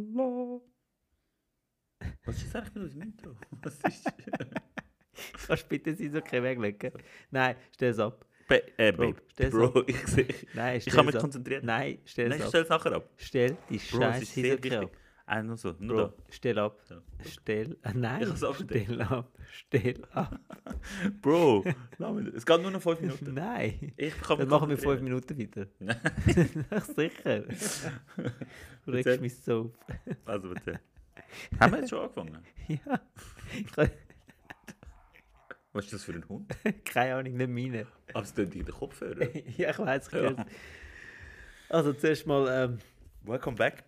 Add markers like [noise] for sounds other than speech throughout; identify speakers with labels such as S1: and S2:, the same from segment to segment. S1: Allah.
S2: Was ist eigentlich mit unserem Intro? [laughs] Was ist.
S1: Kannst du bitte sie so keinen Weg legen? Nein, stell es
S2: [laughs]
S1: ab.
S2: Ba äh,
S1: Bro,
S2: Babe.
S1: stell es
S2: Bro, [laughs] ich sehe.
S1: Nein,
S2: Ich
S1: stell
S2: kann
S1: es
S2: mich
S1: ab.
S2: konzentrieren.
S1: Nein, stell
S2: Nein,
S1: es ab.
S2: stell es nachher ab.
S1: Stell die
S2: Bro, es ist
S1: scheiß
S2: sehr
S1: Hisekre
S2: wichtig.
S1: ab.
S2: Ah, nur so, nur
S1: Bro, stell ab.
S2: So. [laughs]
S1: Stell. Ah, Nein,
S2: Ich hab's abgestellt.
S1: stell ab. Stell ab.
S2: da. [laughs] Bro, nein, es geht nur noch [laughs] 5 Minuten.
S1: Nein.
S2: Ich kann
S1: Dann
S2: mich
S1: machen wir fünf
S2: konzentrieren.
S1: Minuten weiter.
S2: Nein. [laughs]
S1: Sicher. Du
S2: Erzähl.
S1: regst mich so auf. [laughs]
S2: Also [laughs] bitte. Haben wir jetzt schon angefangen?
S1: Ja. Ich kann,
S2: Was ist das für ein Hund?
S1: keine Ahnung, nicht meine. [laughs]
S2: Aber es tönt in den Kopfhörer.
S1: ja, ich weiß, ich
S2: Ja.
S1: hör's. Also zuerst mal, ähm,
S2: Welcome back.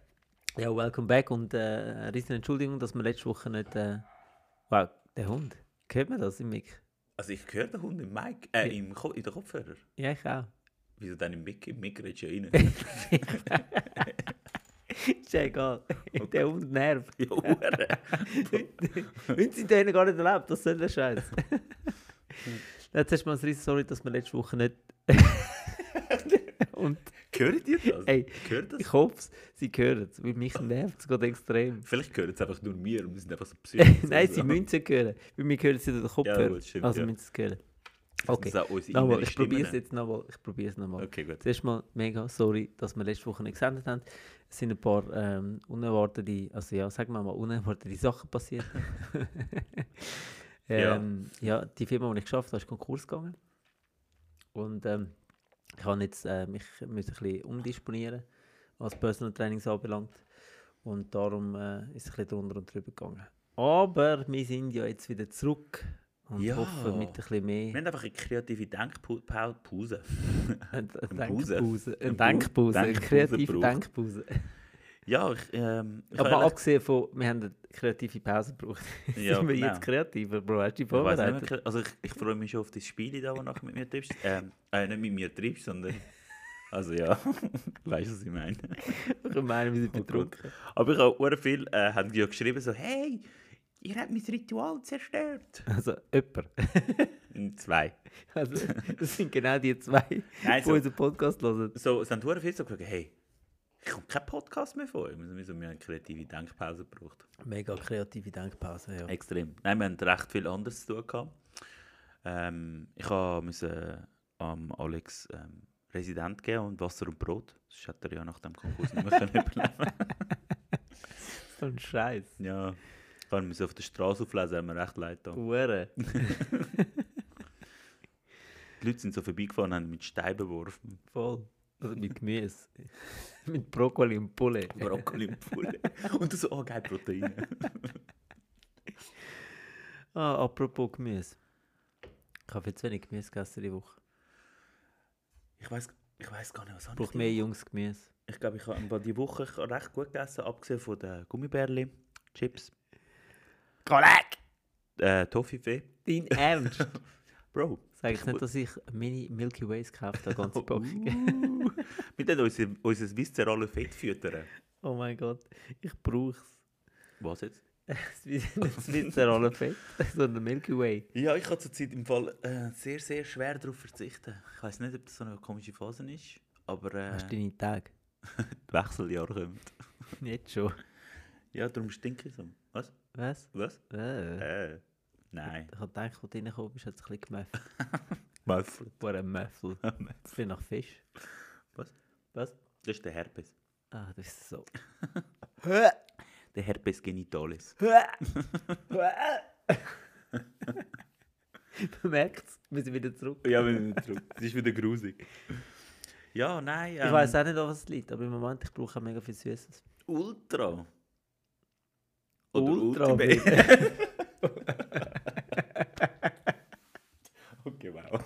S1: ja, welcome back und äh, eine riesen Entschuldigung, dass wir letzte Woche nicht. Äh, wow, der Hund. Hört man das im Mic?
S2: Also ich höre den Hund im Mic, äh, im Ko in den Kopfhörer.
S1: Ja, ich auch. [laughs]
S2: Wieso dann im Mic? Im Mic redest [laughs] du ja rein.
S1: ist ja egal.
S2: Oh
S1: Der Hund nervt.
S2: ja, Hure.
S1: Wenn sie denen gar nicht erlebt, das soll der
S2: [laughs]
S1: Scheiß. Jetzt hast du mal ein riesen Sorry, dass wir letzte Woche
S2: [laughs]
S1: nicht. und
S2: Hört ihr das?
S1: Ey,
S2: Hört das?
S1: ich hoffe, sie hören es, weil mich nervt es gerade extrem.
S2: Vielleicht gehört es einfach nur mir und wir sind
S1: [laughs]
S2: einfach so psychisch.
S1: Nein, sie
S2: [laughs]
S1: müssen es nicht hören, weil wir hören sie durch den Kopfhörer.
S2: gut, stimmt,
S1: also
S2: ja.
S1: müssen sie es hören.
S2: Okay.
S1: Okay,
S2: Das ist auch unsere
S1: nochmal,
S2: innere ne?
S1: ich probiere es
S2: Stimmen.
S1: jetzt nochmal. Ich probiere es nochmal.
S2: Okay, gut.
S1: Zuerst mal mega sorry, dass wir letzte Woche nicht gesendet haben. Es sind ein paar ähm, unerwartete, also ja, sagen wir mal, unerwartete Sachen
S2: [laughs]
S1: passiert. [laughs] ähm, ja. die Firma, die ich geschafft habe, ist Konkurs gegangen. Und ähm, ich habe jetzt, äh, mich müssen ein bisschen umdisponieren, was Personal Trainings anbelangt. Und darum äh, ist es ein bisschen drunter und drüber gegangen. Aber wir sind ja jetzt wieder zurück und
S2: Ja.
S1: hoffen mit ein bisschen
S2: Wir
S1: mehr
S2: haben einfach eine kreative Denkpause.
S1: Ein ein
S2: Eine Pause.
S1: Denkpause. Eine Denkpause.
S2: Eine
S1: Eine
S2: Denkpause
S1: kreative
S2: braucht.
S1: Denkpause.
S2: [laughs] ja, ich, ähm, ich
S1: Aber
S2: habe
S1: abgesehen von, wir haben eine kreative Pause gebraucht. [laughs]
S2: Ja,
S1: sind wir
S2: genau.
S1: jetzt kreativer, Bro? Hast du dich
S2: Ich weiss nicht
S1: vorbereitet?
S2: mehr, also ich, ich freue mich schon auf das Spiel, das du nachher mit mir triffst. Ähm, äh, nicht mit mir triffst,
S1: [laughs]
S2: sondern... Also ja, [laughs] weißt du, was ich meine?
S1: Ich meine, wir sind
S2: Gott.
S1: betrunken.
S2: Aber ich habe auch sehr viel äh, haben ja geschrieben so, «Hey, ihr habt mein Ritual zerstört!»
S1: Also, jemand. [laughs]
S2: Und zwei.
S1: Also, das sind genau die zwei,
S2: Nein, also-
S1: die
S2: so,
S1: unseren Podcast hören.
S2: so, es haben sehr viele so gefragt «Hey, ich komme kein Podcast mehr vor.» Wir haben so eine kreative Denkpause gebraucht.
S1: Mega kreative Denkpause, ja.
S2: Extrem. Nein, wir hatten recht viel anderes zu tun. Gehabt. Ähm, ich habe müssen am Alex ähm, Resident geben und Wasser und Brot. Das hat er ja nach dem Konkurs nicht mehr können [laughs] überleben.
S1: So ein Scheiß.
S2: Ja. Ich habe müssen auf der Straße auflesen, hat mir recht leid getan.
S1: Hure.
S2: Die Leute sind so vorbeigefahren und haben mit Steinen beworfen.
S1: Voll. Also mit Gemüse. [laughs] mit Brokkoli und Pulle.
S2: Brokkoli und [laughs] Pulle. Und du so, oh geil, Proteine.
S1: Ah, apropos Gemüse. Ich habe jetzt wenig Gemüse gegessen die Woche.
S2: Ich weiß ich weiss gar nicht, was
S1: Ich
S2: habe ich
S1: brauche
S2: die-
S1: mehr junges Gemüse.
S2: Ich glaube, ich habe die Woche recht gut gegessen, abgesehen von den Gummibärli, Chips,
S1: Kolleg!
S2: äh, Toffifee.
S1: Dein Ernst?
S2: Bro,
S1: Sag jetzt nicht, dass ich Mini Milky Ways gekauft habe,
S2: [laughs]
S1: ganze Packung.
S2: Uh, wir tun unser, unser viszerale Fett füttern.
S1: Oh mein Gott, ich brauche [laughs]
S2: Was jetzt?
S1: es. Nicht Witzer alle Fett, [laughs] sondern Milky Way.
S2: Ja, ich kann zurzeit im Fall äh, sehr, sehr schwer darauf verzichten. Ich weiß nicht, ob das so eine komische Phase ist, aber äh,
S1: Hast du deine Tage?
S2: die Wechseljahr kommt.
S1: Nicht schon.
S2: Ja, darum um. stinke ich so. Was?
S1: Was?
S2: Was?
S1: Äh.
S2: Äh, nein.
S1: Ich habe gedacht, als du reingekommen bist, hat es ein bisschen gemuffelt.
S2: Möffel.
S1: War ein [laughs] Muffel.
S2: Das
S1: Das bin nach Fisch.
S2: Was?
S1: Was?
S2: ist der Herpes.
S1: Ah, das ist so.
S2: Der Herpes genitalis.
S1: Man merkt es, wir sind wieder zurück.
S2: Ja, wir sind zurück. Das ist wieder grusig. Ja, nein. ähm,
S1: Ich weiß auch nicht, an was es liegt, aber im Moment, ich brauche auch mega viel Süßes.
S2: Ultra.
S1: Ultra,
S2: [laughs] okay, [laughs] wow.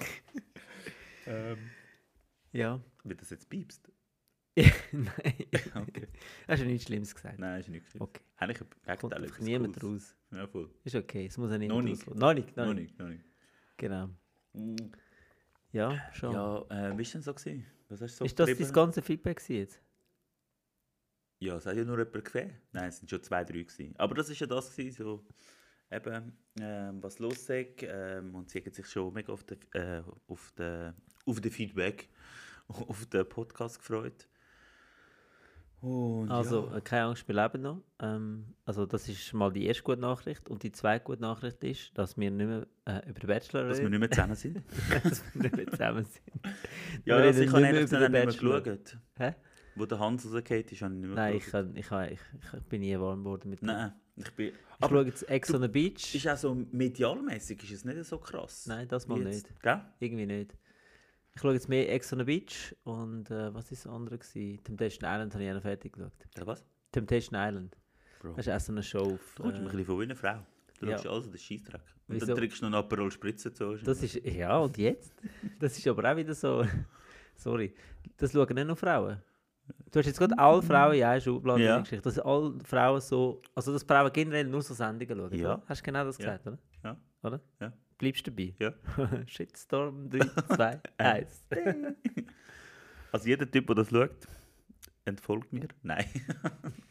S2: ähm,
S1: Ja.
S2: wird das jetzt piepst?
S1: [laughs] Nein.
S2: [laughs] Okay.
S1: Hast du nichts Schlimmes gesagt?
S2: Nein, ist nicht okay.
S1: Okay.
S2: Eigentlich im
S1: Kommt
S2: Gegenteil
S1: einfach
S2: etwas
S1: niemand
S2: Cooles.
S1: raus.
S2: Ja, voll.
S1: Ist okay, es muss ja
S2: Noch
S1: niemand
S2: nicht.
S1: raus. Noch nicht, noch
S2: Noch
S1: nicht.
S2: nicht, noch nicht.
S1: Genau. Ja, schon.
S2: Ja, äh, wie war denn so? Gewesen? Was hast du so
S1: Ist das
S2: getrieben?
S1: dein ganze Feedback gewesen jetzt?
S2: Ja, es hat ja nur jemand gesehen. Nein, es sind schon zwei, drei gewesen. Aber das ist ja das gewesen, so eben, ähm, was los ist. Ähm, und sie haben sich schon mega auf den, äh, auf [laughs] den, auf den Feedback, auf den Podcast gefreut. Und
S1: Also,
S2: ja.
S1: äh, keine Angst, wir leben noch. Ähm, also, das ist mal die erste gute Nachricht. Und die zweite gute Nachricht ist, dass wir nicht mehr äh, über den Bachelor
S2: dass wir
S1: reden. [laughs]
S2: nicht mehr zusammen sind.
S1: dass wir nicht mehr zusammen sind. Wir
S2: [laughs] ja, ja,
S1: reden
S2: also ich habe
S1: nicht mehr über
S2: ehrlich gesagt
S1: den
S2: nicht mehr
S1: Bachelor.
S2: geschaut.
S1: Hä?
S2: Wo der Hans rausgeht, ist, habe ich nicht mehr
S1: Nein, ich,
S2: geschaut.
S1: kann, ich, kann, ich, ich bin nie warm geworden mit dem.
S2: Nein, ich bin...
S1: Ich
S2: Aber
S1: schaue jetzt Ex on the Beach.
S2: ist auch so medialmäßig ist es nicht so krass.
S1: Nein, das
S2: wie
S1: mal
S2: jetzt,
S1: nicht.
S2: Gell?
S1: Irgendwie nicht. Ich schaue jetzt mehr Ex on the Beach und äh, was ist das andere? Gewesen? Temptation Island habe ich auch noch fertig geschaut.
S2: Ja, was?
S1: Temptation Island.
S2: Bro.
S1: Das ist auch so eine Show. Auf,
S2: Du kommst ein
S1: äh,
S2: bisschen von wie eine Frau. Du
S1: Ja.
S2: schaust alles an den Scheissdreck. Und
S1: Wieso?
S2: dann trinkst du noch einen Aperol Spritze zu.
S1: das ist, ja, und jetzt? [laughs] Das ist aber auch wieder so. [laughs] Sorry. Das schauen nicht nur Frauen. Du hast jetzt gerade alle Frauen in einer Schublade
S2: Mhm. Ja.
S1: ja. dass alle Frauen so, also dass Frauen generell nur so Sendungen schauen.
S2: Ja.
S1: oder? Hast du genau das
S2: Ja.
S1: gesagt, oder?
S2: Ja.
S1: Oder?
S2: Ja.
S1: Bleibst du dabei? [laughs]
S2: Ja.
S1: Shitstorm 3,
S2: [laughs]
S1: 2, 1.
S2: Also jeder Typ, der das schaut, entfolgt mir.
S1: [laughs]
S2: Nein.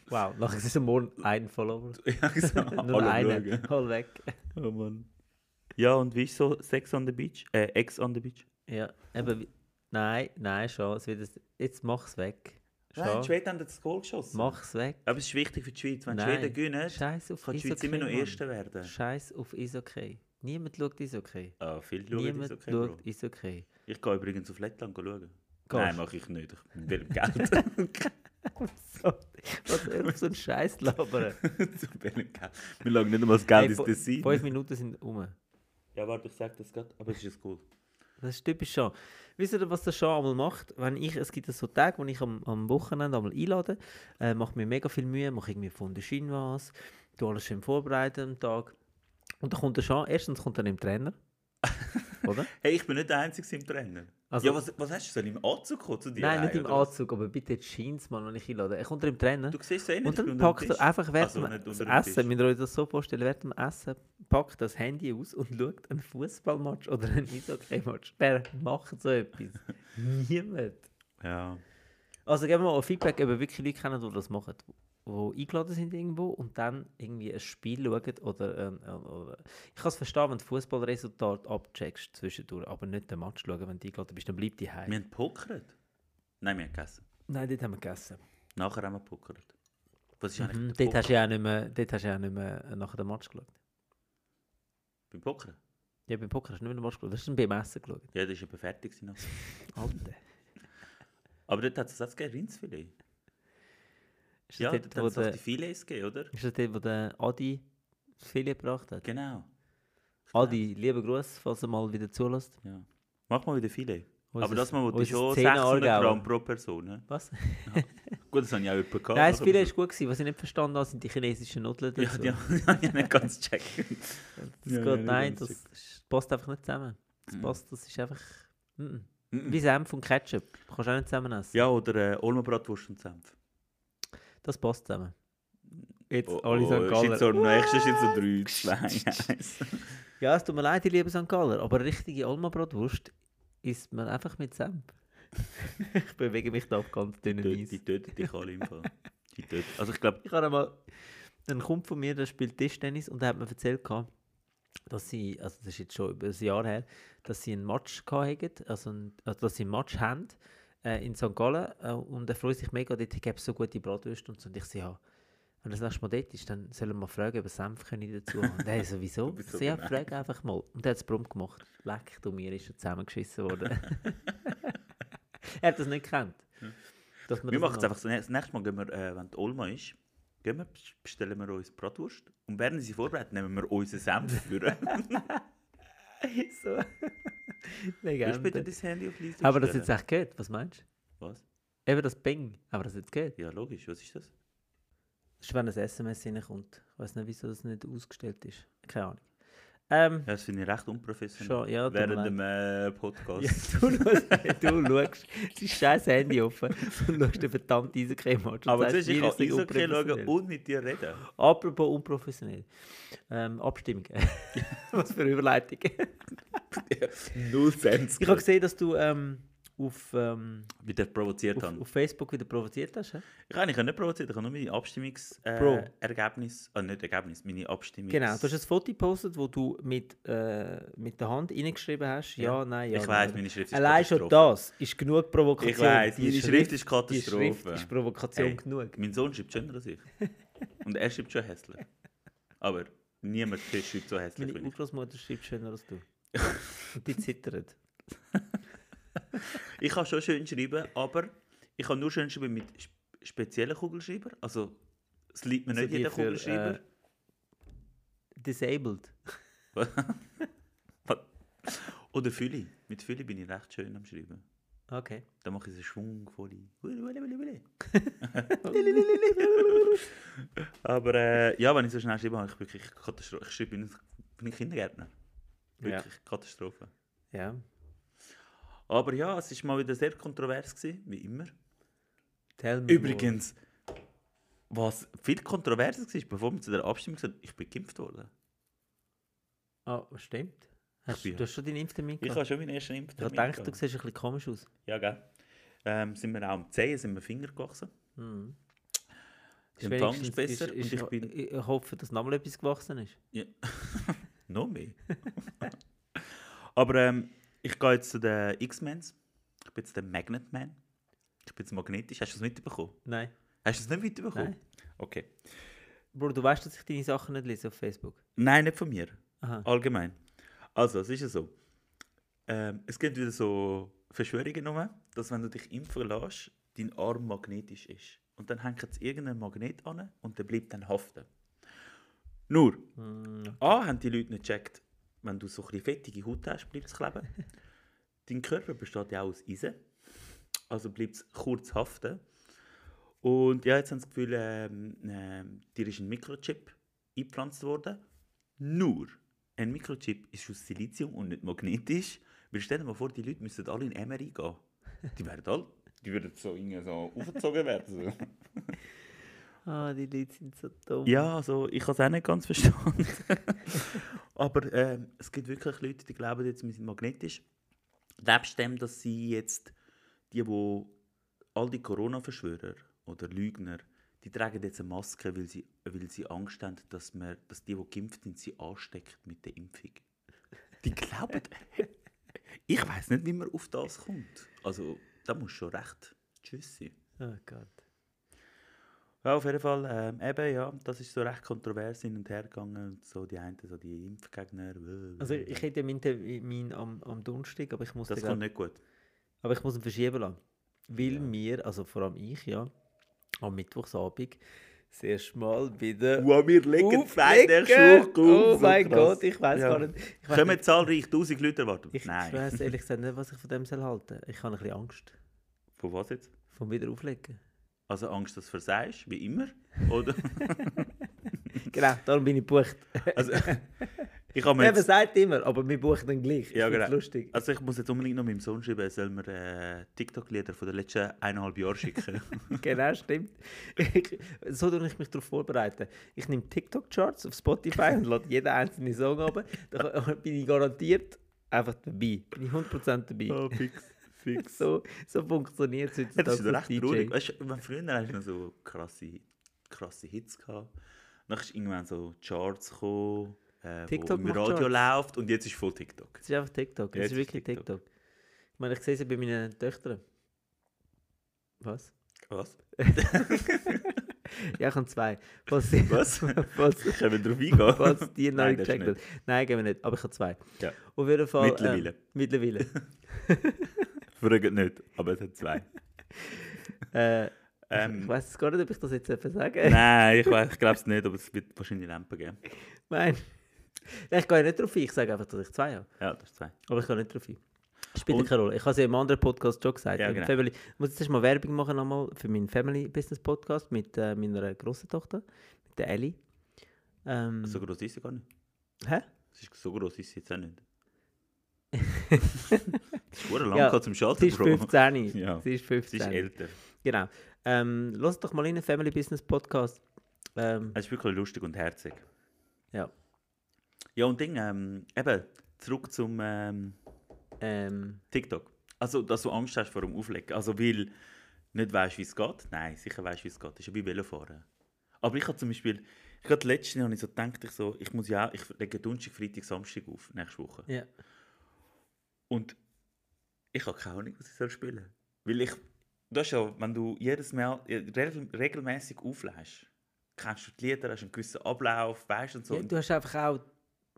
S1: Wow, nachher ist es morgen ein Follower.
S2: ja, so,
S1: [laughs]
S2: [laughs]
S1: Nur
S2: alle
S1: eine.
S2: schauen.
S1: Hol weg.
S2: Oh Mann. Ja, und wie ist so Sex on the Beach? Äh, Ex on the Beach?
S1: Ja, eben. wie- Nein, nein, schon. Es wird es- jetzt mach's weg.
S2: Nein, die
S1: Schon.
S2: Schweden haben das Goal geschossen.
S1: Mach's weg.
S2: Aber es ist wichtig für die Schweiz. Wenn die
S1: Nein.
S2: Schweden gewinnen,
S1: Scheiß auf
S2: kann die
S1: Eishockey.
S2: Schweiz immer noch
S1: Mann.
S2: Erster werden.
S1: Scheiß auf Eishockey. Niemand schaut Eishockey.
S2: Ah, viel schauen
S1: Niemand
S2: ist okay, Bro.
S1: schaut Eishockey.
S2: Ich gehe übrigens auf Lettland schauen. Nein,
S1: Gehst?
S2: mache ich nicht. Ich will Geld. [laughs]
S1: So, [laughs] Was hör auf so ein Scheiß labern?
S2: Zu welchem Geld? Wir schauen nicht einmal das Geld
S1: Hey,
S2: ins
S1: fu-
S2: Tessin.
S1: Fünf Minuten sind um.
S2: Ja, warte, ich sag das gerade, aber es ist cool.
S1: Das ist typisch Sean. Wisst ihr, was der Sean einmal macht? Wenn ich, es gibt so Tage, wo ich am, am Wochenende einmal einlade, äh, mache mir mega viel Mühe, mache irgendwie von der Schiene was, tu alles schön vorbereiten am Tag. Und dann kommt der Sean, erstens kommt er im
S2: [laughs]
S1: Trainer. Oder?
S2: Hey, ich bin nicht der Einzige im Trainer.
S1: Also-
S2: ja, was, was hast du denn im Anzug gekommen zu dir?
S1: Nein, nicht
S2: Nein,
S1: im
S2: oder was?
S1: Anzug, aber bitte die Jeans, Mann, wenn ich einlade. Er kommt er im Trainer.
S2: genau. Du siehst es eh nicht.
S1: Und
S2: ich bin
S1: dann
S2: unter dem
S1: packt er
S2: Tisch.
S1: einfach während
S2: Also
S1: dem-
S2: nicht
S1: das
S2: unter dem Tisch.
S1: Essen, müsst ihr euch das so vorstellen, während dem Essen packt das Handy aus und schaut einen Fußballmatch oder einen Eishockey-Match. Wer macht so
S2: [laughs]
S1: etwas? Niemand.
S2: Ja.
S1: Also geben wir mal ein Feedback, ob ihr wirklich Leute kennen, die das machen, die eingeladen sind irgendwo und dann irgendwie ein Spiel schauen oder... ähm, äh, oder ich kann es verstehen, wenn du Fußballresultat abcheckst zwischendurch, aber nicht den Match schauen, wenn du eingeladen bist, dann bleib die
S2: Wir
S1: heim.
S2: haben gepokert. Nein, wir haben gegessen.
S1: Nein, dort haben wir gegessen.
S2: Nachher haben wir gepokert. Was ist eigentlich
S1: Mhm,
S2: mit dem
S1: dort, hast
S2: Poker?
S1: du ja auch nicht mehr, dort hast du ja auch nicht mehr äh, nachher den Match geschaut.
S2: Beim Pokern?
S1: Ja, beim Poker hast du nicht mehr den Match geschaut, hast du beim Essen geschaut.
S2: Ja, das war eben fertig. gewesen noch.
S1: Alter.
S2: Aber dort hat es auch gegeben, Rindsfilet.
S1: Ist das
S2: Ja,
S1: dort,
S2: dort
S1: wo
S2: hat es
S1: der,
S2: die Filets gegeben, oder?
S1: ist das dort, wo der Adi das Filet gebracht hat?
S2: Genau.
S1: Adi, lieber Gruß, falls er mal wieder zulässt.
S2: Ja. Mach mal wieder Filet.
S1: Unser-
S2: Aber das mal, wo du
S1: unser
S2: schon
S1: 10er
S2: 600
S1: Aargauer.
S2: Gramm pro Person. ne?
S1: Was?
S2: Gut, das habe ich auch jemanden gehabt.
S1: Nein, das
S2: nachher
S1: Filet ist gut gewesen. Was ich nicht verstanden habe, sind die chinesischen Nudeln.
S2: Ja,
S1: dazu.
S2: die habe ich nicht ganz checken.
S1: [laughs] Das
S2: Ja, ja,
S1: geht,
S2: nicht
S1: nein,
S2: ganz
S1: das
S2: checken.
S1: ist- passt einfach nicht zusammen. Das
S2: Mhm.
S1: passt, das ist einfach. mhm.
S2: Mhm.
S1: Wie Senf und Ketchup. Kannst du auch nicht zusammen essen.
S2: Ja, oder äh, Olmer Bratwurst und Senf.
S1: Das passt zusammen. Jetzt
S2: Oh,
S1: alle
S2: oh,
S1: St.
S2: ist jetzt so,
S1: Galler.
S2: nein, ist jetzt so 3,
S1: [laughs]
S2: 2, 1.
S1: Ja, es tut mir leid, die lieben St. Galler, aber richtige Alma-Bratwurst isst man einfach mit Senf. [laughs] ich bewege mich da auf ganz dünnen
S2: Die
S1: Eis.
S2: die tötet dich alle im Fall. Die tötet. Also ich glaube,
S1: [laughs] Ich habe einmal einen Kumpel von mir, der spielt Tischtennis und der hat mir erzählt, gehabt, dass sie, also das ist jetzt schon über ein Jahr her, dass sie einen Match hatten, also, ein, also dass sie einen Match haben äh, in St. Gallen äh, und er freut sich mega, dort gäbe es so gute Bratwürste und so. Und ich so, ja, wenn das nächste Mal dort ist, dann sollen wir mal fragen, ob er Senf können dazu haben. Nein,
S2: [laughs]
S1: sowieso.
S2: bist so
S1: So,
S2: genau.
S1: ja,
S2: gemein.
S1: frag einfach mal. Und er hat es prompt gemacht. Leck, du mir ist er zusammengeschissen
S2: [laughs]
S1: worden. [laughs] er hat das nicht gekannt. Dass man
S2: wir
S1: das
S2: machen es
S1: macht.
S2: einfach so. Das nächste Mal gehen wir, äh, wenn die Olma ist, gehen wir, bestellen wir uns Bratwurst. Und während sie vorbereitet, nehmen wir unseren Senf
S1: [laughs]
S2: für. [laughs]
S1: so. [laughs]
S2: Willst du bitte
S1: Legende.
S2: das Handy auf Leise
S1: Aber das
S2: stellen?
S1: jetzt echt geht, was meinst du?
S2: Was?
S1: Eben das Bing, aber das jetzt geht.
S2: Ja, logisch. Was ist das?
S1: Das ist, wenn ein SMS reinkommt. Ich weiß nicht, wieso das nicht ausgestellt ist. Keine Ahnung. Ähm,
S2: Ja, das finde ich recht unprofessionell.
S1: schon, ja, tut mir
S2: Während
S1: leid. [laughs]
S2: dem äh,
S1: Ja,
S2: Podcast.
S1: du, schaust- [laughs] du schaust, es ist scheiß Handy offen und schaust den verdammten Eishockey-Match. und
S2: Aber
S1: sagst,
S2: siehst du, ich
S1: mir
S2: kann
S1: ist das
S2: Eishockey schauen
S1: unprofessionell.
S2: und mit dir reden.
S1: Apropos unprofessionell. Ähm,
S2: [laughs]
S1: Abstimmung. Was für eine Überleitung.
S2: Null Sense.
S1: Ich habe gesehen, dass du ähm, auf, ähm,
S2: Wie der provoziert
S1: auf,
S2: haben.
S1: auf Facebook wieder provoziert hast. hä?
S2: Ich habe ich nicht provoziert, ich habe nur meine
S1: Bro.
S2: Abstimmungsergebnis, äh, Ergebnis- äh, nicht Ergebnis, meine Abstimmung.
S1: Genau, du hast ein Foto gepostet, wo du mit, äh, mit der Hand reingeschrieben hast. Ja, nein, ja.
S2: Ich weiss,
S1: nein.
S2: meine Schrift ist
S1: Allein schon
S2: Katastrophe.
S1: das ist genug Provokation.
S2: Ich weiss,
S1: Die
S2: meine Schrift ist
S1: Die Schrift
S2: Katastrophe.
S1: ist Provokation
S2: Hey.
S1: genug.
S2: Mein Sohn schreibt schöner als ich. Und er schreibt
S1: [laughs]
S2: schon hässlich. Aber niemand schreibt so hässlich
S1: Meine
S2: wie ich.
S1: Urgroßmutter schreibt schöner als
S2: [laughs]
S1: du. Und die zittert.
S2: Ich kann schon schön schreiben, aber ich kann nur schön schreiben mit sp- speziellen Kugelschreiber. Also, es liegt mir
S1: Also
S2: nicht
S1: die
S2: jeder
S1: für,
S2: Kugelschreiber.
S1: äh, Disabled.
S2: Oder Fülle. Mit Fülle bin ich recht schön am Schreiben.
S1: Okay.
S2: Dann mache ich so
S1: [laughs]
S2: schwungvolle. Wille, wille, wille, wille. Aber äh, ja, wenn ich so schnell schreibe, habe ich wirklich Katastrophe. Ich schreibe bin, bin ich Kindergärtner. Wirklich Katastrophe.
S1: Ja.
S2: Aber ja, es war mal wieder sehr kontrovers, gewesen, wie immer.
S1: Mhm. Tell me
S2: Übrigens, was viel kontroverser war, bevor wir zu der Abstimmung gesagt haben, ich bin geimpft worden.
S1: more. Ah, stimmt. Hast,
S2: bin-
S1: du hast schon deinen Impftermin
S2: Ich
S1: gehabt?
S2: habe schon meinen ersten
S1: Ich habe
S2: Impftermin.
S1: gedacht, du
S2: gehabt.
S1: siehst ein bisschen komisch aus.
S2: Ja, gell. Ähm, sind wir auch am Zehen, sind wir Finger gewachsen.
S1: Mhm.
S2: Der Empfang ist
S1: Wenigstens
S2: besser und ich bin-
S1: ich ich hoffe, dass nochmal etwas gewachsen ist. [laughs]
S2: Noch mehr. Aber ähm, ich gehe jetzt zu den X-Mens. Ich bin jetzt der Magnet Man. Ich bin jetzt magnetisch. Hast du es mitbekommen?
S1: Nein.
S2: Hast du es nicht mitbekommen?
S1: Nein.
S2: Okay.
S1: Bro, du weißt, dass ich deine Sachen nicht lese auf Facebook.
S2: Nein, nicht von mir.
S1: Aha.
S2: Allgemein. Also, es ist ja so. Ähm, es gibt wieder so Verschwörungen rum, dass wenn du dich impfen lässt, dein Arm magnetisch ist. Und dann hängt jetzt irgendein Magnet an und der bleibt dann haften. Nur,
S1: Mhm.
S2: A, Ah, haben die Leute nicht gecheckt, wenn du so ein bisschen fettige Haut hast, bleibt es kleben. Dein Körper besteht ja auch aus Eisen. Also bleibt es kurz haften. Und ja, jetzt haben sie das Gefühl, ähm, ähm, dir ist ein Mikrochip eingepflanzt worden. Nur, ein Mikrochip ist aus Silizium und nicht magnetisch. Wir stellen mal vor, die Leute müssten alle in MRI gehen. Die werden alle, die würden so, irgendwie so aufgezogen werden.
S1: Ah, die Leute sind so dumm.
S2: Ja, also ich habe es auch nicht ganz verstanden. Aber ähm, es gibt wirklich Leute, die glauben jetzt, wir sind magnetisch. Nebst dem, dass sie jetzt, die, wo all die Corona-Verschwörer oder Lügner, die tragen jetzt eine Maske, weil sie, weil sie Angst haben, dass, man, dass die, die geimpft sind, sie ansteckt mit der Impfung. Die glauben... ich weiß nicht, wie man auf das kommt. Also, da muss schon recht. Tschüssi.
S1: Oh Gott.
S2: Ja, auf jeden Fall, ähm, eben, ja, das ist so recht kontrovers hin und her gegangen. Und So die einen, so die Impfgegner. äh,
S1: Also
S2: äh,
S1: ich hätte meinen Termin am, am Donnerstag, aber ich muss
S2: das
S1: den,
S2: kommt
S1: glaub-
S2: nicht gut.
S1: aber ich muss ihn verschieben lassen. Weil wir, also vor allem ich, ja, am Mittwochsabend sehr schmal wieder
S2: Wow, wir legen Zeit der
S1: Auflegen!
S2: Schuhe
S1: Oh mein Gott, ich weiß gar nicht. Ich, weiss
S2: Kommen
S1: nicht-
S2: zahlreich tausend Leute erwarten?
S1: ich
S2: Nein.
S1: weiß ehrlich gesagt nicht, was ich von dem soll halten. Ich habe ein bisschen Angst
S2: Von was jetzt?
S1: vom
S2: [laughs]
S1: Wiederauflegen.
S2: Also Angst, dass du versagst, wie immer?
S1: [laughs]
S2: Oder?
S1: Genau, darum bin ich gebucht.
S2: [laughs] also, ich habe mir
S1: Eben
S2: jetzt,
S1: sagt immer, aber wir buchen dann gleich.
S2: Ja,
S1: Ich find's
S2: genau.
S1: lustig.
S2: also ich muss jetzt unbedingt noch meinem Sohn schreiben, er soll mir äh, TikTok-Lieder von den letzten eineinhalb
S1: [laughs]
S2: Jahren schicken.
S1: Genau, stimmt. [laughs] Ich, so tue ich mich darauf vorbereiten. Ich nehme TikTok-Charts auf Spotify und lade jeden einzelnen Song ab. Dann [laughs] bin ich garantiert einfach dabei. Bin ich 100% dabei.
S2: oh, fix, fix.
S1: So, so funktioniert es
S2: Ja, das
S1: heutzutage
S2: ist doch
S1: als
S2: recht
S1: DJ.
S2: traurig. Weißt du, wenn früher hast du noch so krasse, krasse Hits gehabt. Dann ist irgendwann so Charts gekommen, äh, wo
S1: TikTok
S2: im
S1: macht
S2: Radio
S1: Charts.
S2: läuft und jetzt ist voll TikTok.
S1: Es ist einfach TikTok.
S2: Ja,
S1: Es ist
S2: jetzt ist
S1: wirklich
S2: TikTok.
S1: TikTok. Ich meine, ich sehe es ja bei meinen Töchtern. Was?
S2: Was?
S1: Ja, ich habe zwei. Falls die, [laughs]
S2: [laughs] [laughs] Was?
S1: falls,
S2: Können wir drauf eingehen?
S1: falls die noch
S2: Nein,
S1: nicht
S2: das
S1: gecheckt haben.
S2: nicht.
S1: Nein, gehen wir nicht. Aber ich habe zwei.
S2: Ja.
S1: Auf jeden Fall.
S2: Mittlerweile.
S1: Ähm, mittlerweile.
S2: Fragt nicht, aber es hat zwei. [laughs]
S1: äh, Ich
S2: Ähm,
S1: weiß es gar nicht, ob ich das jetzt etwas sage.
S2: nein, ich, weiss- ich glaube es nicht, aber es wird wahrscheinlich Lampen geben.
S1: [laughs] Nein. Nein, ich gehe ja nicht drauf ein. Ich sage einfach, dass ich zwei habe.
S2: Ja, das ist zwei.
S1: Aber ich gehe nicht drauf ein. Spielt
S2: Und-
S1: keine Rolle. Ich habe es ja im anderen Podcast schon gesagt.
S2: Ja,
S1: im
S2: genau.
S1: Family. Ich muss jetzt erstmal Werbung machen nochmal für meinen Family Business Podcast mit äh, meiner grossen Tochter, mit der Ellie. Ähm,
S2: So groß ist sie gar nicht.
S1: Hä?
S2: Es ist so groß ist sie jetzt
S1: [laughs]
S2: auch nicht. Es ist verdammt lang
S1: Ja,
S2: gehabt zum Schalten,
S1: Sie ist 15.
S2: [laughs] Ja.
S1: Sie ist
S2: Sie
S1: 15.
S2: ist älter.
S1: Genau. Ähm, Lass doch mal in den Family Business Podcast. Ähm,
S2: Es ist wirklich lustig und herzig.
S1: ja.
S2: Ja, und Ding, ähm, eben, zurück zum ähm,
S1: Ähm,
S2: TikTok. Also, dass du Angst hast vor dem Auflegen. Also, weil nicht weißt, wie es geht. Nein, sicher weißt, wie es geht. Das ist ja wie Velofahren. Aber ich habe zum Beispiel, ich gerade letztes Jahr habe ich so gedacht, ich, so, ich muss ja, auch- ich lege Donnerstag, Freitag, Samstag auf, nächste Woche.
S1: Ja.
S2: Und ich habe keine Ahnung, was ich soll spielen soll. Weil ich, du hast ja, wenn du jedes Mal ja, regel- regelmäßig auflässt, kennst du die Lieder, hast einen gewissen Ablauf, weißt und so.
S1: ja, du hast einfach auch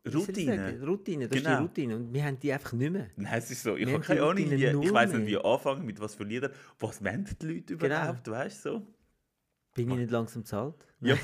S1: wie soll ich sagen,
S2: Routine.
S1: Routine, das ist
S2: Genau.
S1: die Routine. Und wir haben die einfach nicht mehr.
S2: Nein, es ist so, ich
S1: Wir haben
S2: habe keine
S1: die
S2: Ahnung, wie,
S1: Routine
S2: ich
S1: null
S2: weiß nicht, wie
S1: mehr. Genau.
S2: ich anfange, mit was für Lieder, was wollen die Leute überhaupt, weißt du
S1: [laughs]
S2: so.
S1: Bin ich nicht langsam zu alt?
S2: Ah. Ja,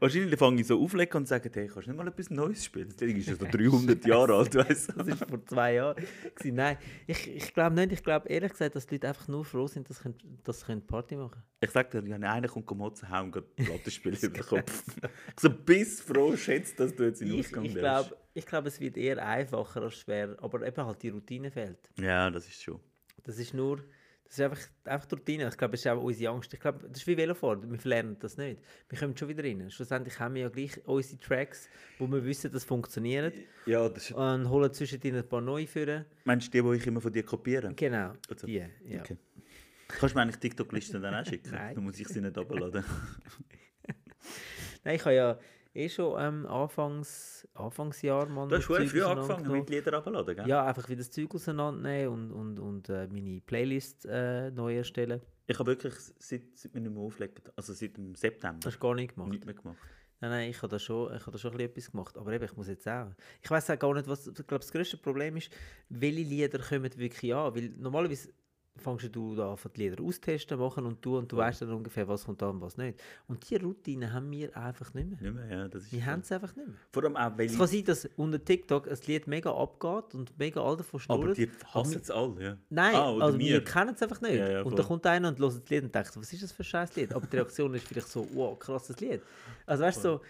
S2: wahrscheinlich fange ich so auflegen und sage, hey, kannst du nicht mal etwas Neues spielen? Das Ding ist
S1: [laughs]
S2: ja so 300 Jahre alt, weißt du.
S1: [laughs] Das war vor zwei Jahren. gewesen. Nein, ich, ich glaube nicht. Ich glaube ehrlich gesagt, dass die Leute einfach nur froh sind, dass sie, können- dass sie können Party machen
S2: Ich sag dir, ja, einer kommt Motzen haben und
S1: [laughs]
S2: geht Plattenspiel über den Kopf. [laughs] Ich so, bist froh, schätzt, dass du jetzt in den
S1: Ich,
S2: Ausgang
S1: ich
S2: lernst.
S1: glaube, ich glaub, es wird eher einfacher als schwer. Aber eben halt die Routine fehlt.
S2: Ja, das ist schon.
S1: Das ist nur, das ist einfach, einfach die Routine. Ich glaube, das ist auch unsere Angst. Ich glaube, das ist wie Velofahren. Wir verlernen das nicht. Wir kommen schon wieder rein. Schlussendlich haben wir ja gleich unsere Tracks, wo wir wissen, dass funktionieren.
S2: Ja, das ist...
S1: Und holen zwischendrin ein paar neue führen.
S2: Meinst du die, die ich immer von dir kopiere?
S1: Genau.
S2: Also,
S1: die, ja.
S2: Okay. Kannst du mir eigentlich TikTok-Listen dann auch schicken?
S1: Nein.
S2: Dann muss ich sie nicht abladen.
S1: [laughs] Nein, ich habe ja eh schon ähm, Anfangs, Anfangsjahr mal
S2: Du hast
S1: mit
S2: schon
S1: Zeug
S2: früh angefangen
S1: auseinandergenommen.
S2: mit Liedern abladen, gell?
S1: Ja, einfach wieder das Zeug auseinandernehmen und, und, und äh, meine Playlist äh, neu erstellen.
S2: Ich habe wirklich, seit, seit wir nicht mehr auflegen, also seit dem September,
S1: Das hast du gar nicht gemacht.
S2: nichts mehr gemacht.
S1: Nein, nein, ich habe da schon, ich habe da schon ein bisschen etwas gemacht. Aber eben, ich muss jetzt auch. Ich weiß auch gar nicht, was. Ich glaube, das größte Problem ist, welche Lieder kommen wirklich an. Weil normalerweise fängst du da an, die Lieder austesten, machen und du und du weißt dann ungefähr, was kommt an und was nicht. Und diese Routine haben wir einfach nicht mehr.
S2: Nicht mehr, ja, das ist...
S1: Wir haben es einfach nicht mehr.
S2: Vor allem auch, weil
S1: Es kann sein, dass unter TikTok ein Lied mega abgeht und mega alle davon
S2: Aber
S1: schnurrt.
S2: die hassen es alle, ja.
S1: Nein,
S2: Ah, oder
S1: also wir
S2: wir.
S1: kennen es einfach nicht.
S2: Ja, ja,
S1: und
S2: voll.
S1: dann kommt einer und hört das Lied und denkt, so, was ist das für ein scheiß Lied? Aber die Reaktion ist vielleicht so, wow, krasses Lied. Also weißt du, so,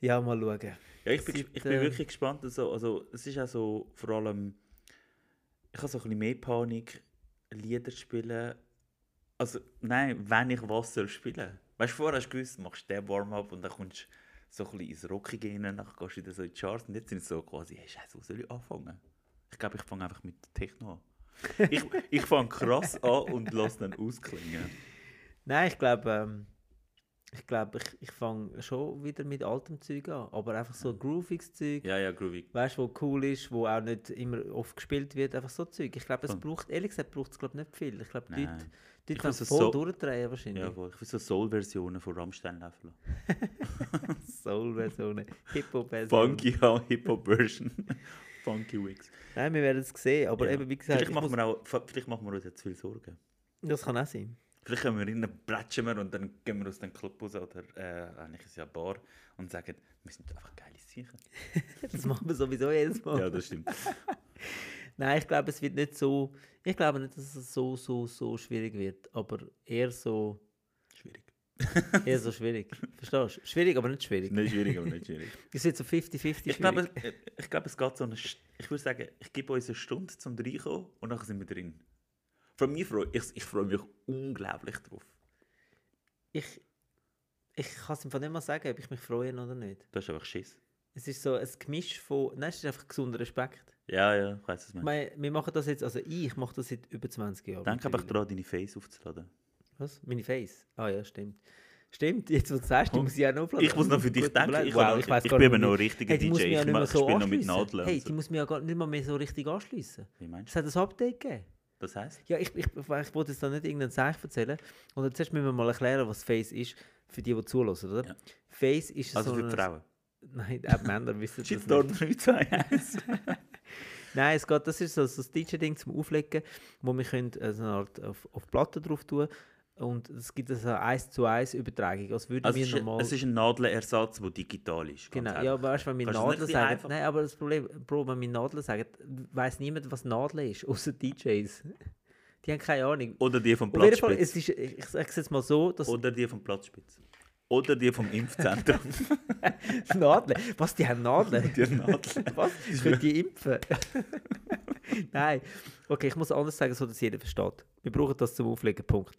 S1: ja, mal schauen.
S2: Ja, ich bin,
S1: Seit,
S2: ich bin
S1: äh,
S2: wirklich gespannt. Also, also, es ist auch so, vor allem, ich habe so ein bisschen mehr Panik, Lieder spielen. Also, nein, wenn ich was soll spielen. Weißt du, vorher hast du gewusst, machst du den Warm-up und dann kommst du so ein bisschen ins Rockige rein, dann gehst du wieder so in die Charts und jetzt sind es so quasi, hey, Scheiße, wo soll ich anfangen? Ich glaube, ich fange einfach mit Techno an. ich ich fange krass an und lasse dann ausklingen.
S1: Nein, ich glaube, ähm, ich, glaub, ich, ich fange schon wieder mit altem Zeug an. Aber einfach so grooviges Zeug,
S2: Ja, ja, groovy.
S1: weißt du, wo cool ist, wo auch nicht immer oft gespielt wird, einfach so Zeug. Ich glaube, es
S2: Voll.
S1: braucht, ehrlich gesagt, braucht es glaub, nicht viel. Ich glaube, die
S2: Nein.
S1: Leute, die
S2: Ich
S1: Leute können
S2: finde so
S1: voll
S2: so-
S1: durchdrehen wahrscheinlich.
S2: Ja, voll. ich will so Soul-Versionen von Rammstein laufen lassen.
S1: Soul-Versionen, Hip-Hop-Versionen.
S2: Funky, ja, Hip-Hop-Version. [laughs] Funky Wigs.
S1: Nein, wir werden es sehen. Aber
S2: Ja.
S1: eben, wie gesagt,
S2: vielleicht,
S1: ich
S2: machen
S1: muss,
S2: wir auch, fa- vielleicht machen wir uns jetzt zu viel Sorgen.
S1: das kann auch sein.
S2: Vielleicht kommen wir rein, plätschen wir und dann gehen wir aus dem Club raus oder äh, eigentlich ist es ja eine Bar und sagen, wir sind einfach geile Sicher.
S1: Das machen wir sowieso jedes Mal.
S2: Ja, das stimmt.
S1: Nein, ich glaube, es wird nicht so. Ich glaube nicht, dass es so, so, so schwierig wird. Aber eher so,
S2: Schwierig.
S1: eher so
S2: [laughs]
S1: schwierig. Verstehst du? Schwierig, aber nicht schwierig.
S2: Nicht schwierig, aber nicht schwierig.
S1: Es wird so 50-50
S2: Ich
S1: schwierig.
S2: glaube, es- ich glaube, es geht so eine. St- Ich würde sagen, ich gebe uns eine Stunde zum Reinkommen und dann sind wir drin. Von mir freue ich, ich freue mich unglaublich drauf.
S1: ich, ich kann es einfach nicht mal sagen, ob ich mich freue oder nicht.
S2: Du hast einfach Schiss.
S1: Es ist so ein Gemisch von. Nein, es ist einfach gesunder Respekt.
S2: Ja, ja, ich weiß es
S1: Ich
S2: nicht.
S1: meine, wir machen das jetzt, also ich mache das seit über 20 Jahren.
S2: Denk einfach
S1: mittlerweile.
S2: daran, deine Face aufzuladen.
S1: Was? Meine Face? Ah ja, stimmt. Stimmt, jetzt, wo du sagst, ich muss ja auch noch aufladen.
S2: Oh. Ich muss noch für dich
S1: Gut,
S2: denken.
S1: überlegt.
S2: Ich,
S1: Wow,
S2: kann-
S1: ich weiss
S2: ich
S1: gar
S2: bin
S1: nicht,
S2: immer noch ein
S1: wie-
S2: richtiger
S1: die
S2: DJ.
S1: muss mich ja
S2: Ich,
S1: nicht mehr
S2: mach, ich spiele noch mit
S1: anschliessen.
S2: Nadeln. und
S1: Hey, die
S2: so.
S1: muss mir ja gar nicht mal mehr so richtig anschliessen.
S2: Wie
S1: Es
S2: meinst
S1: hat ein Update gegeben.
S2: du? Das heisst?
S1: Ja, ich, ich, ich wollte jetzt da nicht irgendeinen Zeichen erzählen. Und jetzt zuerst müssen wir mal erklären, was Face ist, für die, die zulassen, oder?
S2: Ja.
S1: Face ist
S2: Also
S1: so
S2: für die
S1: ein-
S2: Frauen.
S1: Nein, auch die Männer
S2: [laughs]
S1: wissen das nicht. [laughs]
S2: Shitstorm 321.
S1: Nein, es geht, das ist so, so das DJ-Ding zum Auflegen, wo wir können, äh, so eine Art auf, auf Platte drauf tun und es gibt also eine 1 zu 1 Übertragung, als würden
S2: Also
S1: wir
S2: es, ist,
S1: normal...
S2: es ist ein Nadelersatz, der digital ist. ganz
S1: Genau, ja,
S2: ehrlich.
S1: weißt du, wenn wir
S2: Kannst
S1: Nadeln
S2: du das nicht ein bisschen
S1: sagen.
S2: einfach-
S1: Nein, aber das Problem, Bro, wenn wir Nadeln sagen, weiß niemand, was Nadeln ist, [laughs] außer DJs. Die haben keine Ahnung.
S2: Oder die vom
S1: Auf jeden Fall, es
S2: Platzspitz.
S1: ist, ich ich sag's jetzt mal so, dass [laughs]
S2: Oder die vom Platzspitz. Oder die vom Impfzentrum.
S1: Nadeln. Was, die haben Nadeln?
S2: [laughs] die Nadel.
S1: [laughs] Was? Können die impfen? [laughs] Nein. Okay, ich muss anders sagen, so dass jeder versteht. Wir brauchen das zum Auflegen. Punkt.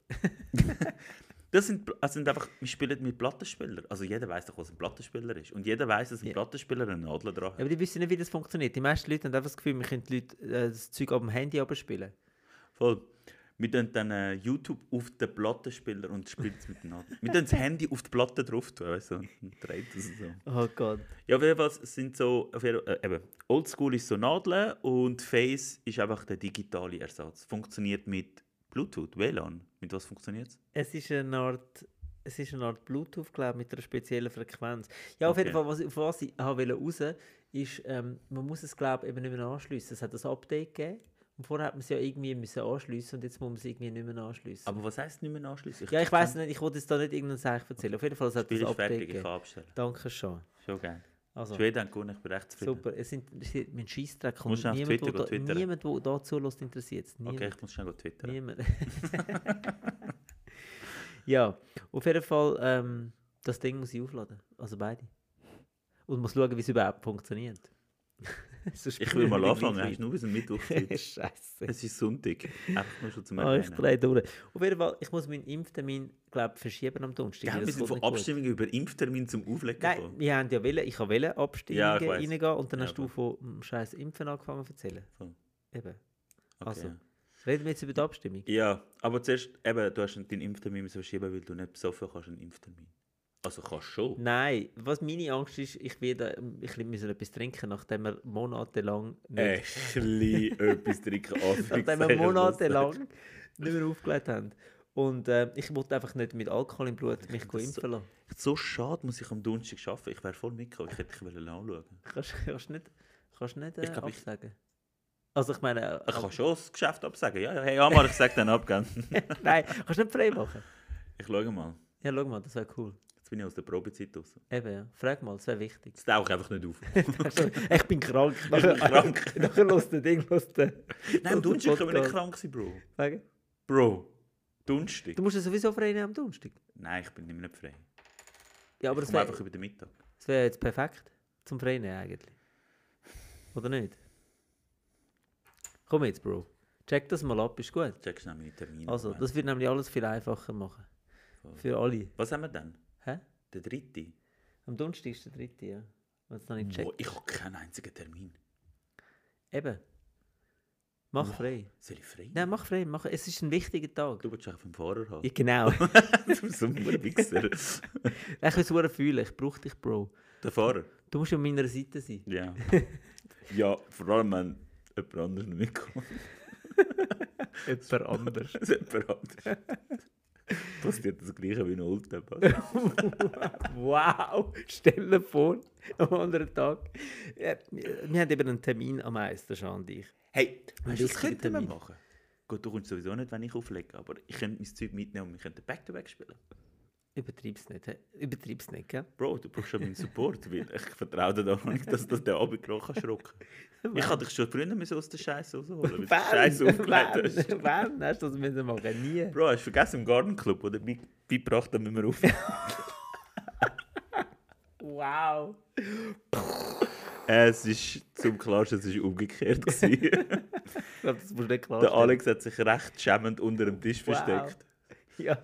S2: Das sind, also sind einfach, wir spielen mit Plattenspielern. Also jeder weiß doch, was ein Plattenspieler ist. Und jeder weiß, dass ein
S1: Ja.
S2: Plattenspieler eine Nadel dran hat.
S1: Aber die wissen nicht, wie das funktioniert. Die meisten Leute haben einfach das Gefühl, wir können die Leute, äh, das Zeug auf dem Handy abspielen.
S2: Voll. Wir tun dann äh, YouTube auf den Plattenspieler und spielen es mit der Nadel.
S1: [laughs]
S2: Wir tun das Handy auf die Platte drauf, tun, weißt du, und dann dreht es so.
S1: Oh Gott.
S2: Ja, auf jeden Fall sind so, auf jeden, äh, eben, Oldschool ist so Nadeln und Face ist einfach der digitale Ersatz. Funktioniert mit Bluetooth, WLAN. Mit was funktioniert es?
S1: Es ist eine Art, es ist eine Art Bluetooth, glaube mit einer speziellen Frequenz. Ja, auf
S2: Okay.
S1: jeden Fall, was, auf was ich ah, wollte raus ist, ähm, man muss es, glaube eben nicht mehr anschliessen. Es hat ein Update gegeben. Und vorher hat man es ja irgendwie müssen anschliessen und jetzt muss man es irgendwie nicht mehr anschliessen.
S2: Aber was heisst nicht mehr anschließen?
S1: ja, ich weiß nicht, ich wollte jetzt da nicht irgendeinen Zeichen erzählen. Auf jeden Fall, es hat
S2: Spiel
S1: ein
S2: ist
S1: Update
S2: fertig, ich
S1: gegeben.
S2: kann abstellen.
S1: Danke schon.
S2: Schon geil.
S1: Also,
S2: Schweden hat gewonnen, ich bin recht zufrieden.
S1: super. Es sind, es sind mein Scheissdreck
S2: Musst
S1: und
S2: du auf
S1: niemand,
S2: Twitter
S1: der
S2: gehen,
S1: da-
S2: twittern?
S1: niemand, der da zulässt, interessiert es.
S2: Okay, ich muss schnell twittern.
S1: Niemand. [laughs] ja, auf jeden Fall, ähm, das Ding muss ich aufladen. Also beide. Und muss schauen, wie es überhaupt funktioniert. [laughs] Sonst
S2: Ich will
S1: spielen wir
S2: mal
S1: den
S2: anfangen,
S1: gleich
S2: hast du nur bis am Mittwoch
S1: weiter. [laughs]
S2: Zeit.
S1: Scheiße.
S2: Es ist Sonntag. Einfach nur schon zum
S1: Ah, ich
S2: Erwähnen.
S1: drehe durch. Auf jeden Fall, ich muss meinen Impftermin, glaube verschieben am Donnerstag.
S2: Ja,
S1: weil
S2: wir
S1: das kommt
S2: sind von
S1: nicht gut.
S2: Abstimmung über Impftermin zum Auflegen
S1: Nein,
S2: gekommen.
S1: wir haben ja wollen, ich wollte Abstimmungen
S2: Ja, ich weiss.
S1: reingehen und dann
S2: Ja,
S1: hast du vom scheiß Impfen angefangen zu erzählen.
S2: Voll.
S1: Eben.
S2: Okay.
S1: Also. Reden wir jetzt über die Abstimmung.
S2: Ja, aber zuerst, eben, du hast deinen Impftermin müssen verschieben, weil du nicht besoffen kannst einen Impftermin. Also kannst schon.
S1: Nein, was meine Angst ist, ich werde ein bisschen müssen etwas trinken, nachdem wir monatelang nicht,
S2: Ein bisschen etwas trinken
S1: [laughs] nachdem wir monatelang nicht mehr aufgelegt haben. Und äh, ich wollte einfach nicht mit Alkohol im Blut mich
S2: das
S1: impfen lassen.
S2: So schade muss ich am Donnerstag arbeiten. Ich wäre voll mitgekommen. Ich hätte dich wollen anschauen.
S1: Kannst, kannst nicht, kannst nicht äh,
S2: Ich glaub, ich-
S1: absagen. Also ich meine, äh,
S2: Ich kann schon das Geschäft absagen. Ja, ja, hey, Amar, ich sag dann ab, gell?
S1: [laughs] nein, kannst nicht frei machen.
S2: Ich schaue mal.
S1: Ja, schau mal, das wäre cool.
S2: Jetzt bin ich aus der Probezeit raus.
S1: Eben, ja. frag mal, das wäre wichtig.
S2: Jetzt tauche ich einfach nicht auf.
S1: [laughs] Also, ich bin krank.
S2: bin
S1: [laughs]
S2: krank.
S1: Nachher los den Ding, los den.
S2: Nein, am
S1: Aus dem
S2: Donnerstag können wir nicht
S1: Podcast.
S2: krank sein, Bro.
S1: Sagen.
S2: Bro, Donnerstag?
S1: Du musst ja sowieso frei nehmen am Donnerstag.
S2: Nein, ich bin nicht mehr nicht frei.
S1: Ja, aber
S2: ich
S1: das
S2: komme
S1: wäre
S2: einfach über den Mittag.
S1: Das wäre jetzt perfekt zum Freinen eigentlich. Oder nicht? Komm jetzt, Bro. Check das mal ab, ist gut.
S2: Checkst schnell meine Termine.
S1: Also, das wird nämlich alles viel einfacher machen.
S2: Voll.
S1: Für alle.
S2: Was haben wir dann?
S1: Hä?
S2: Der dritte?
S1: Am Donnerstag ist der dritte, ja. Wenn es noch nicht
S2: Wo,
S1: checkt.
S2: ich habe keinen einzigen Termin.
S1: Eben. Mach frei.
S2: Soll ich frei?
S1: Nein, mach frei. Mach. Es ist ein wichtiger Tag.
S2: Du willst einfach einen Fahrer haben.
S1: Ja,
S2: [laughs]
S1: genau. [laughs]
S2: Du bist so ein Wichser.
S1: ich will es fühlen. Ich brauche dich, Bro.
S2: Der Fahrer?
S1: Du musst an meiner Seite sein. [laughs]
S2: Ja. ja, vor allem, wenn jemand anderes nicht mitkommt. [laughs]
S1: Jemand anders.
S2: Als jemand anderes. Passiert das Gleiche wie ein Oldtimer.
S1: [laughs] Wow, stell dir vor, am anderen Tag. Ja, wir wir haben eben einen Termin am Meisterschau und ich.
S2: Hey,
S1: Ein
S2: weißt du, was
S1: lustiger
S2: könnten wir
S1: Termin.
S2: machen? Gut, du kommst sowieso nicht, wenn ich auflege, aber ich könnte mein Zeug mitnehmen und wir könnten Back-to-Back spielen.
S1: Übertreib's nicht, hä? Übertreib's nicht, gell?
S2: Bro, du brauchst schon meinen Support, weil ich vertraue dir doch nicht, dass das der Abend gerade kann schrocken kann. Ich kann dich schon früher müssen aus der Scheiße rausholen, weil du Scheiße aufgelegt hast.
S1: Wann? Wann hast du das müssen machen? Nie.
S2: Bro, hast du vergessen im Garden Club, oder beibracht, dann müssen wir auf.
S1: Wow.
S2: Äh, es ist zum Klarsten, es war
S1: [laughs]
S2: umgekehrt. gewesen.
S1: Ich glaube, das musst du nicht klar
S2: der Alex hat sich recht schämend unter dem Tisch
S1: Wow.
S2: versteckt.
S1: Ja.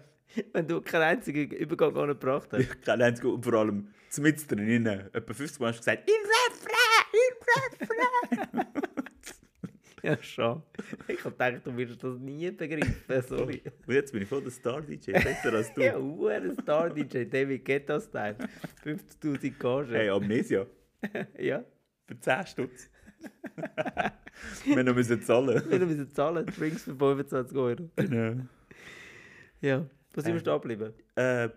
S1: Wenn du keinen einzigen Übergang gar nicht gebracht hast.
S2: Ich kann eins und vor allem mit drin. Etwa 50 Mal hast du gesagt, ich
S1: [laughs] Ja, schon. Ich hab gedacht, du wirst das nie begreifen. Sorry.
S2: Und jetzt bin ich voll der Star-DJ, besser als du.
S1: [laughs] Ja, Uhr Star DJ David Guetta-Style. 50.000 Gage.
S2: Hey, Amnesia,
S1: [laughs] Ja.
S2: für 10 Stutz. [laughs] wir noch müssen zahlen.
S1: Wir müssen zahlen, Drinks für 25 Euro.
S2: Genau.
S1: Ja. Wo sind
S2: Ähm.
S1: wir stehen geblieben?
S2: Äh,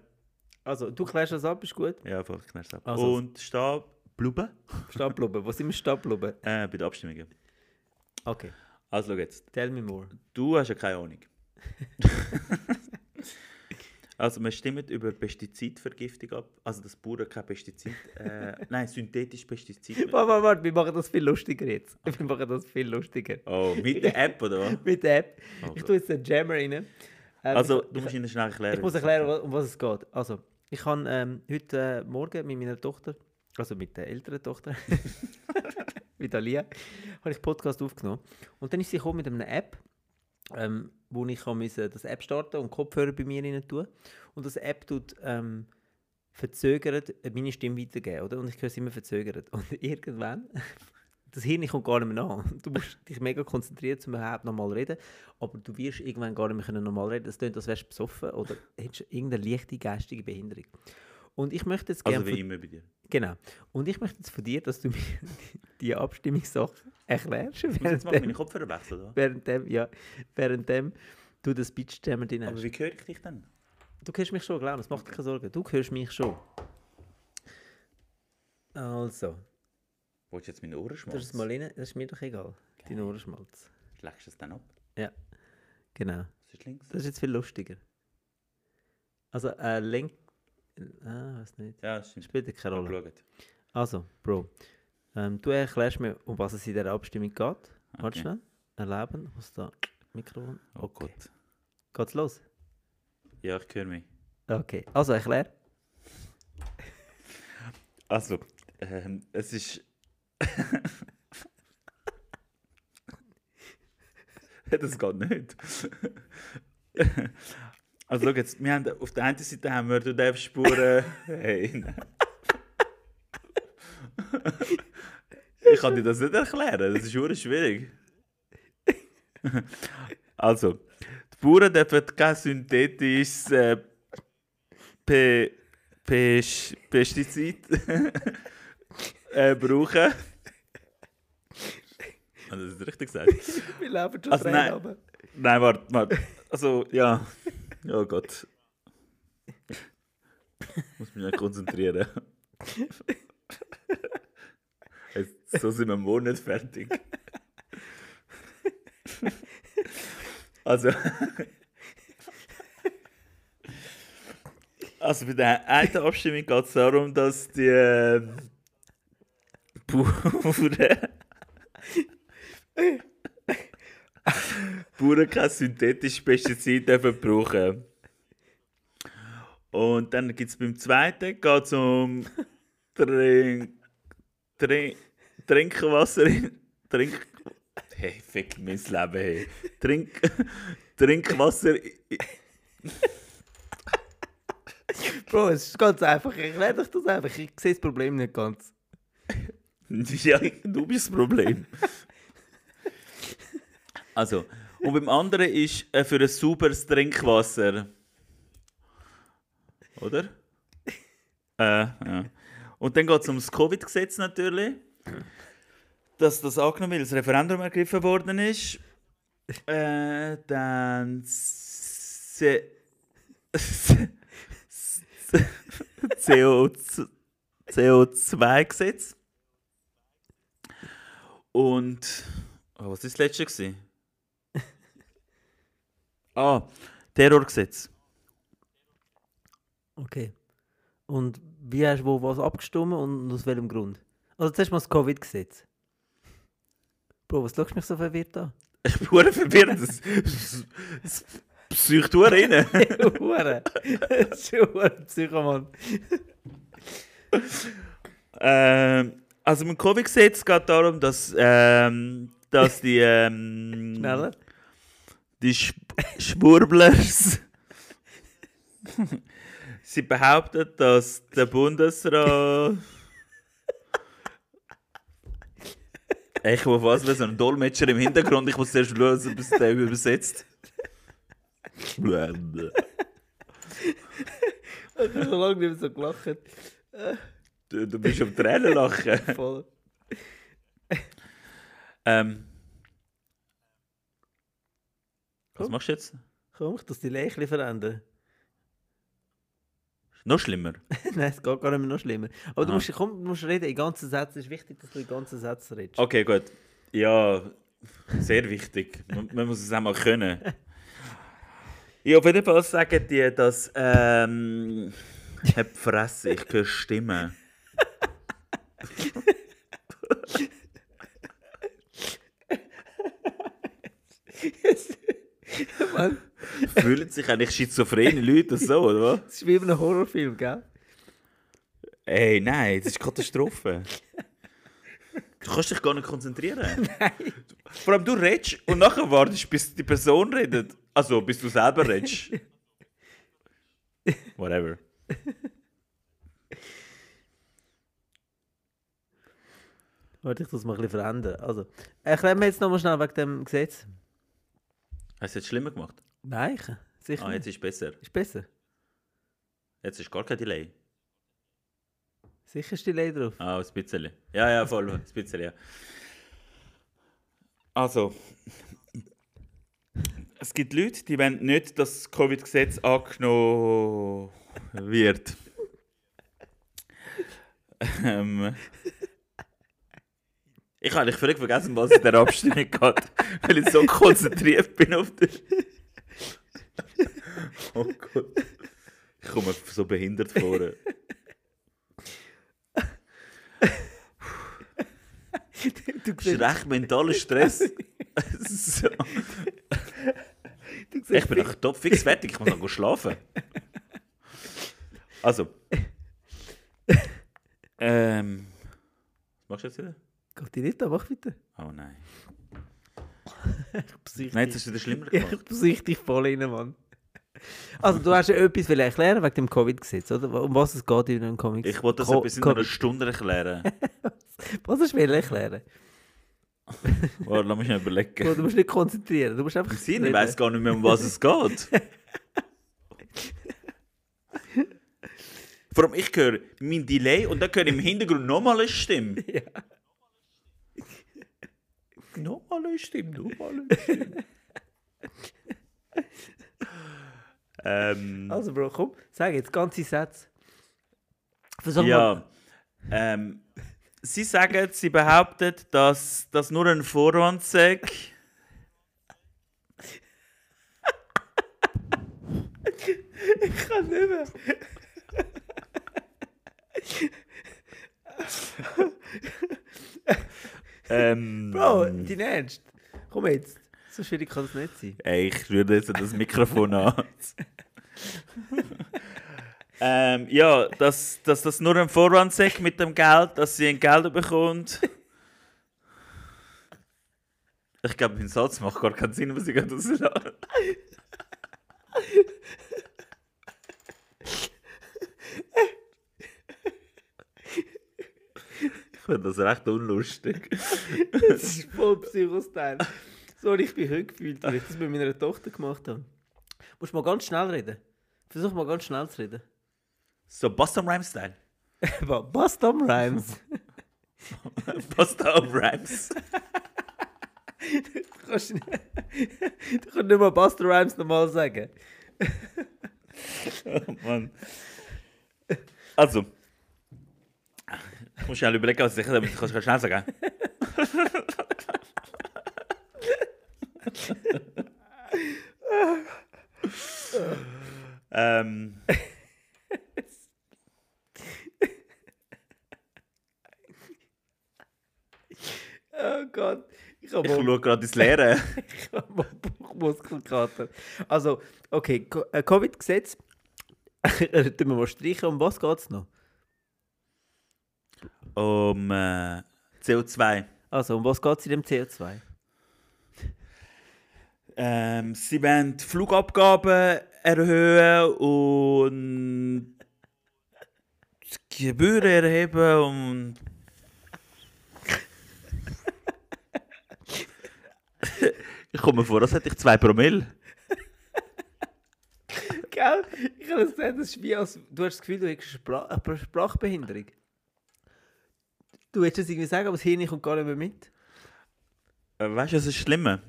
S1: Also, du klärst das ab, ist gut.
S2: ja, voll, ich knall's ab.
S1: Also-
S2: Und Stab, Blubben,
S1: Stadtbluben, wo sind wir Stadtbluben?
S2: äh, bei den Abstimmungen.
S1: Okay,
S2: Also, schau jetzt.
S1: tell me more.
S2: Du hast ja
S1: [laughs]
S2: keine Ahnung. also, wir stimmen über Pestizidvergiftung ab. Also, dass Bauern kein Pestizid. Äh, nein,
S1: [laughs]
S2: synthetisches Pestizid. mehr-
S1: Warte, warte, warte, wir machen das viel lustiger jetzt. [laughs] Wir machen das viel lustiger.
S2: Oh, mit der App, oder was?
S1: Mit der App.
S2: Oh
S1: ich
S2: Gott.
S1: tue jetzt den Jammer rein. Ähm,
S2: Also,
S1: ich-
S2: du musst ihnen schnell erklären.
S1: Ich muss erklären, wa- um was es geht. Also, ich habe ähm, heute äh, Morgen mit meiner Tochter, also mit der älteren Tochter, [laughs] mit Alia, habe ich Podcast aufgenommen. Und dann ist sie gekommen mit einer App, ähm, wo ich kann müssen, das App starten und Kopfhörer bei mir rein tun. Und das App tut ähm, verzögert äh, meine Stimme weitergeben, oder? Und ich höre es immer verzögert. [laughs] Und irgendwann, das Hirn kommt gar nicht mehr nach. [laughs] Du musst dich mega konzentrieren, um überhaupt normal reden. Aber du wirst irgendwann gar nicht mehr können normal reden. Das klingt, als wärst du besoffen oder hättest irgendeine leichte geistige Behinderung. Und ich möchte jetzt
S2: Also
S1: gerne...
S2: wie immer bei dir.
S1: Genau. Und ich möchte jetzt von dir, dass du [laughs] mir die, die Abstimmungssache erklärst,
S2: Ich muss
S1: [laughs]
S2: jetzt mal meine
S1: währenddem,
S2: Kopfhörer wechseln. Oder?
S1: währenddem, ja, währenddem du das Beatstämmer drin hast.
S2: Aber wie höre ich dich denn?
S1: Du hörst mich schon, glaub mir, es macht dir keine Sorgen. Du hörst mich schon. Also,
S2: Willst du jetzt meine Ohren
S1: das ist
S2: schmolzen?
S1: mal rein, das ist mir doch egal. Dein Ohrenschmalz.
S2: Schlägst du es dann ab?
S1: Genau.
S2: Was ist links?
S1: Das ist jetzt viel lustiger. Also, äh, Lenk... Ah, weiß nicht.
S2: Ja, das stimmt.
S1: Spielt ja keine
S2: Mal
S1: Rolle.
S2: schauen.
S1: Also, Bro, ähm, du erklärst mir, um was es in dieser Abstimmung geht. Warte
S2: Okay.
S1: schnell. Erleben. Ich muss da Mikrofon.
S2: Oh Gott.
S1: Geht's los?
S2: Ja, ich höre mich.
S1: Okay. Also, erklär.
S2: Also, ähm, es ist. [laughs] das geht nicht. also, schau jetzt, wir haben, auf der einen Seite haben wir, du darfst Spuren. hey, nein. ich kann dir das nicht erklären, das ist hure schwierig. also, die Bauern dürfen kein synthetisches äh, P. Pest Pestizid äh, [laughs] brauchen. Habe ich das richtig gesagt?
S1: [laughs] Wir laufen schon
S2: Also, drei nein. Abend. Nein, warte, warte. Also, [laughs] ja. Oh Gott. Ich muss mich nicht konzentrieren. Jetzt, so sind wir im Monat fertig. Also. Also bei der einen Abstimmung geht es darum, dass die äh, Bauern. Bauern kein synthetisches Pestizid dürfen brauchen. Und dann gibt es beim zweiten, geht es um Trink, Trink, Trinkwasser in. Trink, hey, fick mein Leben, hey. Trink, Trinkwasser in.
S1: Bro, es ist ganz einfach. Erklär doch das einfach. Ich sehe das Problem nicht ganz.
S2: [laughs] Ja, du bist das Problem. Also, und beim anderen ist äh, für ein sauberes Trinkwasser. Oder? Äh, ja. Und dann geht es um das Covid-Gesetz natürlich. Dass das angenommen wird, das Referendum ergriffen worden ist. Äh, dann. Se [laughs] CO2- CO2-Gesetz. Und oh, was ist das letzte? Gewesen? [laughs] ah, Terrorgesetz. [laughs]
S1: Okay. Und wie hast du wo was abgestimmt und aus welchem Grund? Also, zuerst mal das Covid-Gesetz. Bro, was schaust du mich so verwirrt [laughs] an?
S2: Ich bin verdammt verwirrt. Das, das, das psycht verdammt [laughs] rein.
S1: Hure. Das ist schon ein Psychomann.
S2: ähm, also mit dem Covid-Gesetz geht darum, dass, ähm, dass die ähm,
S1: Schneller.
S2: die Sch Schwurblers. Sie behaupten, dass der Bundesrat. Ich muss fast wie so ein Dolmetscher im Hintergrund. Ich muss zuerst lösen, bis der übersetzt. Der
S1: Ich habe schon lange nicht mehr so gelacht.
S2: Du, du bist am Tränen lachen.
S1: Voll.
S2: Ähm. Was machst du jetzt?
S1: Komm, ich muss die Lächeln verändern. [laughs]
S2: Noch schlimmer.
S1: Nein, es geht gar nicht mehr noch schlimmer. Aber du
S2: Aha.
S1: musst, komm, du musst reden in ganzen Sätzen. Es ist wichtig, dass du in ganzen Sätzen redest.
S2: Okay, gut. Ja, sehr wichtig. Man, man muss es auch mal können. Ja, auf jeden Fall sagen die, dass. Ähm, ich hab Fresse, ich höre Stimmen.
S1: Mann,
S2: Fühlen sich eigentlich schizophrene Leute so, oder was?
S1: das ist wie in einem Horrorfilm, gell?
S2: Ey, nein, das ist Katastrophe. [laughs] Du kannst dich gar nicht [laughs] konzentrieren. Vor allem du redest und nachher wartest, bis die Person redet. Also, bis du selber [laughs] redest. Whatever.
S1: Warte, ich das mal ein bisschen verändern. Also, erklären wir jetzt nochmal schnell wegen dem Gesetz.
S2: Hast du es jetzt schlimmer gemacht?
S1: Nein, ich- sicher.
S2: Ah,
S1: nicht.
S2: jetzt ist es besser.
S1: Ist besser.
S2: Jetzt ist gar kein Delay.
S1: Sicher ist die Lei drauf.
S2: Ah, ein bisschen. Ja, ja, voll. Ein bisschen, ja. Also. Es gibt Leute, die wollen nicht, dass das Covid-Gesetz angenommen wird. ähm. Ich habe eigentlich völlig vergessen, was es in der Abstimmung [laughs] geht, weil ich so konzentriert bin auf das. oh Gott. Ich komme mir so behindert vor.
S1: [laughs] Du
S2: Das ist
S1: siehst,
S2: recht mentaler [laughs] Stress. so.
S1: du siehst
S2: Ich bin doch top fix fertig, ich muss noch schlafen. Also. Ähm. Was machst du jetzt wieder?
S1: Gott, die nicht da, mach weiter.
S2: Oh nein.
S1: Ich besiege
S2: Nein, jetzt
S1: dich.
S2: hast du wieder schlimmer
S1: Ja,
S2: gemacht.
S1: ich besiege dich voll rein, Mann. Also, du hast ja etwas wollen erklären wegen dem Covid-Gesetz, oder? Um was es geht in einem Comic?
S2: Ich wollte das
S1: Co-
S2: etwas in einer Stunde erklären.
S1: Was hast du wollen
S2: [laughs]
S1: erklären?
S2: Warte, lass mich mal überlegen.
S1: Du musst nicht konzentrieren, du musst einfach...
S2: Sinn, ich
S1: reden.
S2: weiß gar nicht mehr, um was es
S1: [laughs]
S2: geht. Vor allem, ich höre mein Delay und dann höre ich im Hintergrund nochmal eine Stimme.
S1: [laughs] Ja.
S2: nochmal eine Stimme, nochmal
S1: [laughs]
S2: eine Stimme. ähm,
S1: Also, Bro, komm, sag jetzt ganze Sätze. Versuch mal... [laughs]
S2: ja. Ähm, sie sagen, sie behaupten, dass das nur ein Vorwand sei.
S1: [laughs] Ich kann nicht mehr.
S2: Ähm,
S1: Bro, dein Ernst? Komm jetzt. So schwierig kann es nicht [laughs] sein.
S2: Ey, ich rühre jetzt das Mikrofon an. [laughs] ähm, ja, dass, dass das nur ein Vorwand ist mit dem Geld, dass sie ein Geld bekommt. Ich glaube, mein Satz macht gar keinen Sinn, was ich gerade sagen Ich finde das recht unlustig.
S1: Das ist voll Psychostyle. Sorry, ich bin heute gefühlt, weil ich das mit meiner Tochter gemacht habe. Musst mal ganz schnell reden. Versuch mal ganz schnell zu [laughs] reden.
S2: So Boston Rhyme-Style.
S1: Bastam Rhymes.
S2: [laughs]
S1: [laughs]
S2: Boston Rhymes.
S1: du kannst nicht, [laughs] du kannst nicht mal Bastam Rhymes normal sagen.
S2: Oh, Mann. Also. Ich muss schnell überlegen, was ich sage, damit kannst du schnell sagen. ähm.
S1: Oh Gott. Ich
S2: Ich
S1: habe mal,
S2: schaue gerade ins Leere.
S1: [laughs] ich habe mal Bauchmuskelkater. Also, okay, Co- äh, Covid-Gesetz. [laughs] Tun wir mal streichen. Um was geht es noch?
S2: Um äh, CO2.
S1: Also, um was geht es in dem CO2?
S2: Ähm, sie wollen die Flugabgaben erhöhen und die Gebühren erheben und. ich komme vor, als hätte ich zwei Promille.
S1: Gell? Ich habe gesagt, das ist wie als, du hast das Gefühl, du hättest eine, Sprach eine Sprachbehinderung. Du willst es irgendwie sagen, aber das Hirn kommt gar nicht mehr mit.
S2: Äh, Weißt du, was ist schlimmer?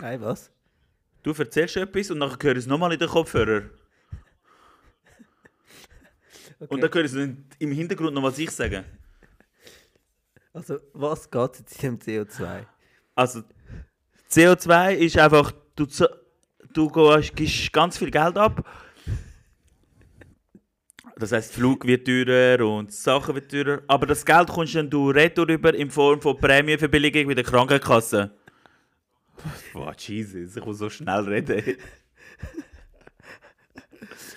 S1: Nein, was?
S2: Du erzählst etwas und dann höre ich es nochmal in den Kopfhörer. Und dann höre ich es im Hintergrund noch, was ich sage.
S1: Also, was geht jetzt in dem CO2?
S2: Also, CO2 ist einfach, du, z- du gehst, gibst ganz viel Geld ab. Das heisst, Flug wird teurer und Sachen wird teurer. Aber das Geld kommst dann du retour über in Form von Prämienverbilligung bei der Krankenkasse. Boah, Jesus, ich muss so schnell reden.
S1: [laughs]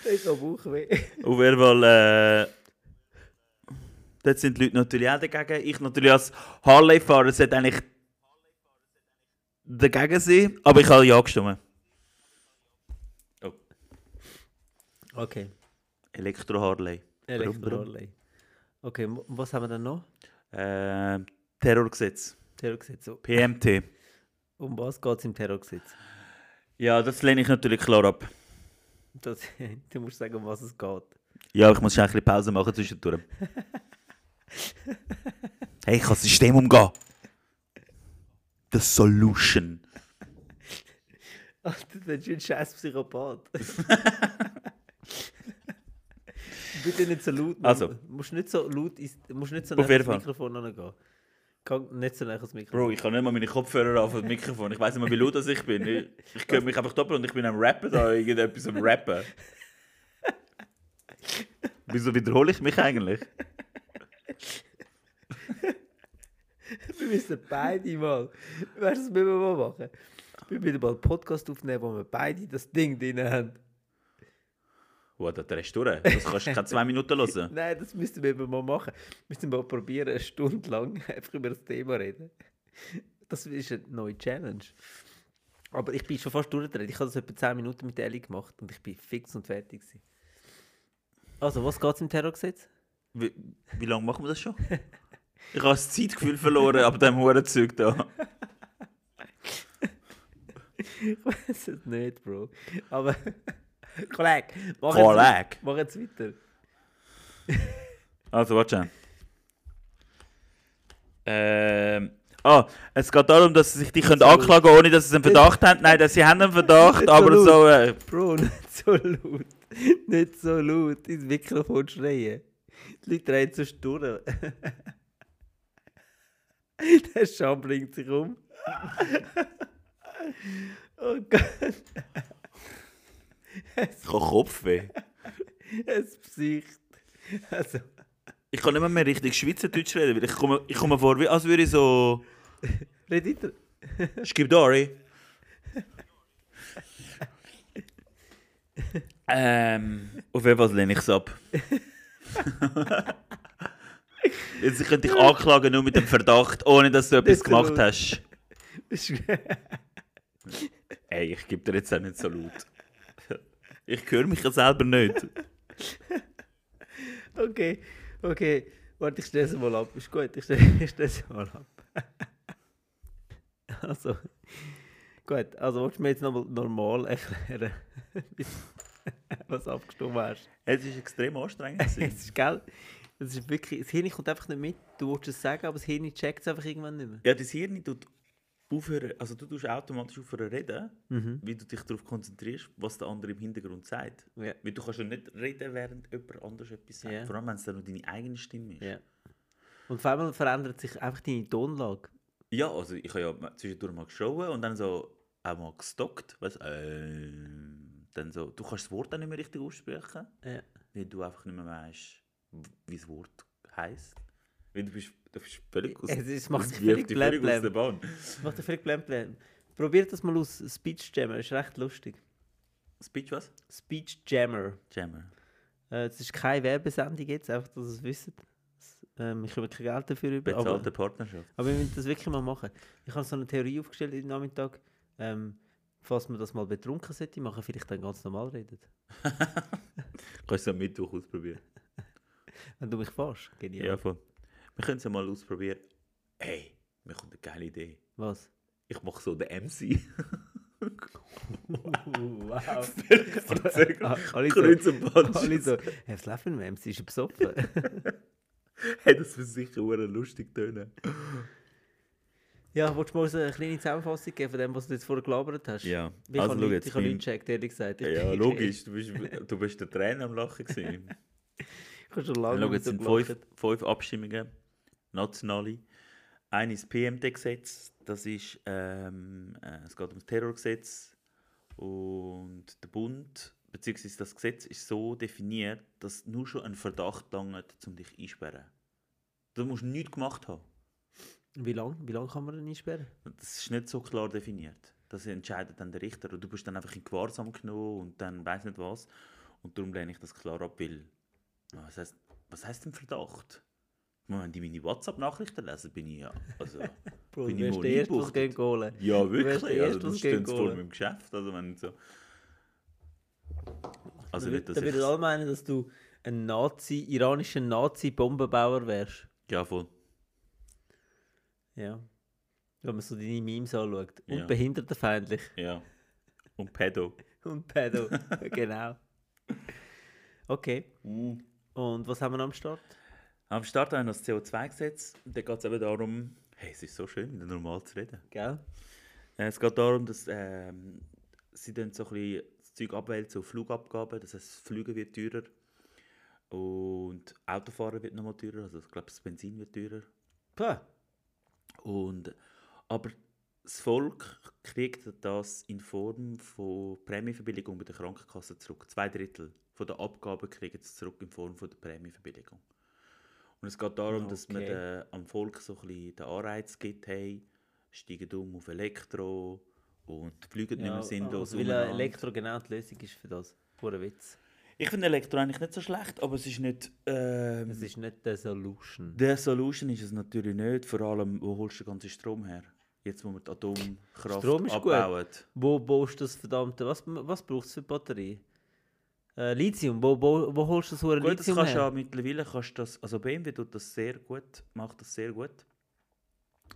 S1: Ich habe Bauchweh.
S2: Auf jeden Fall, äh, Dort sind die Leute natürlich auch dagegen. Ich natürlich als Harley-Fahrer sollte eigentlich dagegen sein, aber ich habe ja gestimmt.
S1: Okay,
S2: Elektro-Harley.
S1: Elektro-Harley. Okay, und was haben wir denn noch?
S2: Äh, Terrorgesetz.
S1: Terrorgesetz. Oh,
S2: PMT.
S1: Um was geht es im Terrorgesetz?
S2: Ja, das lehne ich natürlich klar ab.
S1: Das, [laughs] du musst sagen, um was es geht.
S2: Ja, ich muss schon ein bisschen Pause machen zwischendurch. [laughs] hey, ich kann das System umgehen. The Solution.
S1: Alter, du bist ein scheiß
S2: [laughs]
S1: Psychopath. Bitte nicht so laut. Mann.
S2: Also.
S1: Du musst nicht so laut ins, du musst nicht so
S2: Auf
S1: nah
S2: jeden
S1: ans
S2: Fall.
S1: Mikrofon herangehen. Kann nicht so nah ans Mikrofon.
S2: Bro, ich kann nicht mal meine Kopfhörer auf das Mikrofon. Ich weiß nicht mal, wie laut das ich bin. Ich, ich höre mich einfach doppelt und ich bin am Rappen da, irgendetwas am [laughs] Rappen. Wieso wiederhole ich mich eigentlich?
S1: Wir müssen beide mal. Weißt du, was müssen wir mal machen? Wir müssen mal einen Podcast aufnehmen, wo wir beide das Ding drin haben.
S2: Oh, da drehst du durch. Das kannst du keine zwei Minuten hören.
S1: Nein, das müssten wir eben mal machen. Wir müssen mal probieren, eine Stunde lang [laughs] einfach über das Thema reden. Das ist eine neue Challenge. Aber ich bin schon fast durchgedreht. Ich habe das etwa 10 Minuten mit Ellie gemacht und ich bin fix und fertig. Gewesen. Also, was geht es im Terrorgesetz?
S2: Wie, wie lange machen wir das schon? [laughs] Ich habe das Zeitgefühl verloren ab diesem Hurenzeug da.
S1: [laughs] Ich weiß es nicht, Bro. Aber, [laughs] Kollege, mach Oh, jetzt, wei-
S2: Kollege.
S1: mach jetzt weiter.
S2: Also, warte schon. Ähm. Ah, es geht darum, dass sie sich die können anklagen können, ohne dass sie einen Verdacht haben. Nein, dass sie haben einen Verdacht,
S1: Nicht so
S2: aber
S1: laut.
S2: so... Äh,
S1: Bro, [laughs] nicht so laut. Nicht so laut ins Mikrofon schreien. Die Leute drehen so stur. [laughs] Der Scham bringt sich um. [laughs] Oh Gott,
S2: ich habe Kopfweh.
S1: es Psycht. Also,
S2: Ich kann nicht mehr, mehr richtig Schweizerdeutsch reden, weil ich komme, ich komme vor, wie, als würde ich so...
S1: red weiter. [laughs]
S2: Ich gebe Dory. ähm, auf jeden Fall lehne ich
S1: [laughs]
S2: es ab. Jetzt, ich könnte dich anklagen, nur mit dem Verdacht, ohne dass du etwas
S1: Nicht so
S2: gemacht
S1: laut.
S2: hast.
S1: Ist-
S2: Ey, ich gebe dir jetzt auch nicht so laut. Ich höre mich ja selber nicht.
S1: Okay, okay. Warte, ich stelle es mal ab. Ist gut, ich stelle [laughs] ich es mal ab. [laughs] Also, gut. Also, willst du mir jetzt nochmal normal erklären, [laughs] was abgestimmt hast?
S2: Es war extrem anstrengend.
S1: Es [laughs] ist, gell? Es ist wirklich, das Hirn kommt einfach nicht mit. Du willst es sagen, aber das Hirn checkt es einfach irgendwann nicht mehr.
S2: ja, das Hirn tut aufhören, also du tust automatisch aufhören reden,
S1: Mhm.
S2: weil du dich darauf konzentrierst, was der andere im Hintergrund sagt.
S1: Ja.
S2: Weil du kannst ja nicht reden, während jemand anders etwas sagt.
S1: Ja.
S2: Vor allem, wenn es dann nur deine eigene Stimme ist.
S1: ja. Und vor allem verändert sich einfach deine Tonlage.
S2: Ja, also ich habe ja zwischendurch mal geschaut und dann so auch mal gestockt. Weißt, äh, dann so, du kannst das Wort dann nicht mehr richtig aussprechen,
S1: Ja.
S2: weil du einfach nicht mehr weißt, wie das Wort heisst. Weil du bist, du bist völlig aus,
S1: [laughs] Es ist- macht
S2: aus-
S1: dich
S2: wirft
S1: völlig
S2: dich völlig
S1: blam,
S2: aus der Bahn.
S1: Macht dir viel Plan. Probiert das mal aus. Speech Jammer ist recht lustig.
S2: Speech was?
S1: Speech Jammer.
S2: Jammer.
S1: Äh, Es ist keine Werbesendung jetzt, einfach, dass ihr es wisst. Es- Ähm, ich komme kein Geld dafür über. Aber,
S2: Bezahlte Partnerschaft.
S1: aber wir müssen das wirklich mal machen. Ich habe so eine Theorie aufgestellt am Nachmittag. Ähm, falls man das mal betrunken sollte machen, vielleicht dann ganz normal reden.
S2: Kannst du am Mittwoch ausprobieren.
S1: Wenn du mich fährst,
S2: Ja,
S1: genial.
S2: voll. Wir können es ja mal ausprobieren. Ey, mir kommt eine geile Idee. [laughs]
S1: Was?
S2: Ich mache so den MC. [laughs]
S1: wow. Ah,
S2: Verzögert.
S1: alle so-
S2: Kreuz
S1: [laughs]
S2: und
S1: Alle
S2: Band.
S1: so, hey, was läuft mit dem? Sie ist besoffen. [laughs]
S2: Hey, das wird sicher hure lustig tönen.
S1: ja, willst du mal so eine kleine Zusammenfassung geben von dem, was du jetzt vorher gelabert hast?
S2: Ja,
S1: Ich
S2: also
S1: also,
S2: schau
S1: habe
S2: jetzt.
S1: nichts
S2: beim-
S1: gecheckt, ehrlich gesagt. [laughs] Ich
S2: ja,
S1: bin-
S2: logisch, du bist, du bist der Trainer am Lachen gewesen.
S1: Ich habe schon lange
S2: Schau,
S1: nicht
S2: jetzt
S1: so
S2: sind
S1: gelacht.
S2: fünf, fünf Abstimmungen, nationale. Eine ist PMT-Gesetz, das ist, ähm, äh, es geht um das Terrorgesetz und der Bund, beziehungsweise das Gesetz ist so definiert, dass nur schon ein Verdacht langt, um dich einsperren. Du musst nichts gemacht haben.
S1: Wie lange wie lang kann man denn einsperren?
S2: Das ist nicht so klar definiert. Das entscheidet dann der Richter. Und du bist dann einfach in Gewahrsam genommen und dann weiß nicht was. Und darum lehne ich das klar ab, weil. Was heißt, was heißt denn Verdacht? Moment, wenn ich meine WhatsApp-Nachrichten lese, bin ich ja. Also,
S1: Bro,
S2: Bin
S1: du
S2: ich
S1: wirst
S2: mal
S1: der Erste, was
S2: eingebuchtet?
S1: gehen holen.
S2: [laughs] ja,
S1: wärst der
S2: wirklich. Also,
S1: Erste,
S2: dann
S1: was geht
S2: stehen sie vor
S1: holen.
S2: meinem Geschäft. Also, wenn so. Also,
S1: Also
S2: nicht, dass
S1: da
S2: ich.
S1: würden alle meinen, dass du ein Nazi, iranischer Nazi-Bombenbauer wärst.
S2: Ja, voll.
S1: Ja. Wenn man so deine Memes anschaut. Und
S2: Ja.
S1: behindertenfeindlich.
S2: [laughs] Ja. Und Pedo.
S1: Und pedo. genau. Okay.
S2: Mhm.
S1: Und was haben wir am Start?
S2: Am Start haben wir noch das CO2-Gesetz. Da geht es eben darum, hey, es ist so schön, wieder normal zu reden.
S1: Gell?
S2: Äh, Es geht darum, dass ähm, sie dann so ein bisschen das Zeug abwälzen auf Flugabgaben, das heißt, das Fliegen wird teurer und Autofahren wird nochmal teurer, also ich glaube, das Benzin wird teurer.
S1: Puh.
S2: Und, aber das Volk kriegt das in Form von Prämienverbilligung bei der Krankenkasse zurück. Zwei Drittel von der Abgaben kriegen es zurück in Form von der Prämienverbilligung. Und es geht darum, dass man
S1: Okay.
S2: den, am Volk so ein bisschen den Anreiz gibt, hey, steigen um auf Elektro und fliegen nicht
S1: Ja,
S2: mehr sinnlos
S1: also, weil äh,
S2: umeinander.
S1: Elektro genau die Lösung ist für das. Pure Witz.
S2: Ich finde Elektro eigentlich nicht so schlecht, aber es ist nicht... Ähm,
S1: Es ist nicht der Solution.
S2: der Solution ist es natürlich nicht, vor allem, wo holst du den ganzen Strom her? Jetzt, wo wir die Atomkraft
S1: Strom ist gut.
S2: abbauen.
S1: Wo baust du das verdammte? Was, was brauchst du für Batterie? Äh, Lithium. Wo, wo, wo holst du das hure
S2: Gut, das
S1: Lithium
S2: kannst du ja
S1: her?
S2: mittlerweile, kannst das, also BMW tut das sehr gut, macht das sehr gut.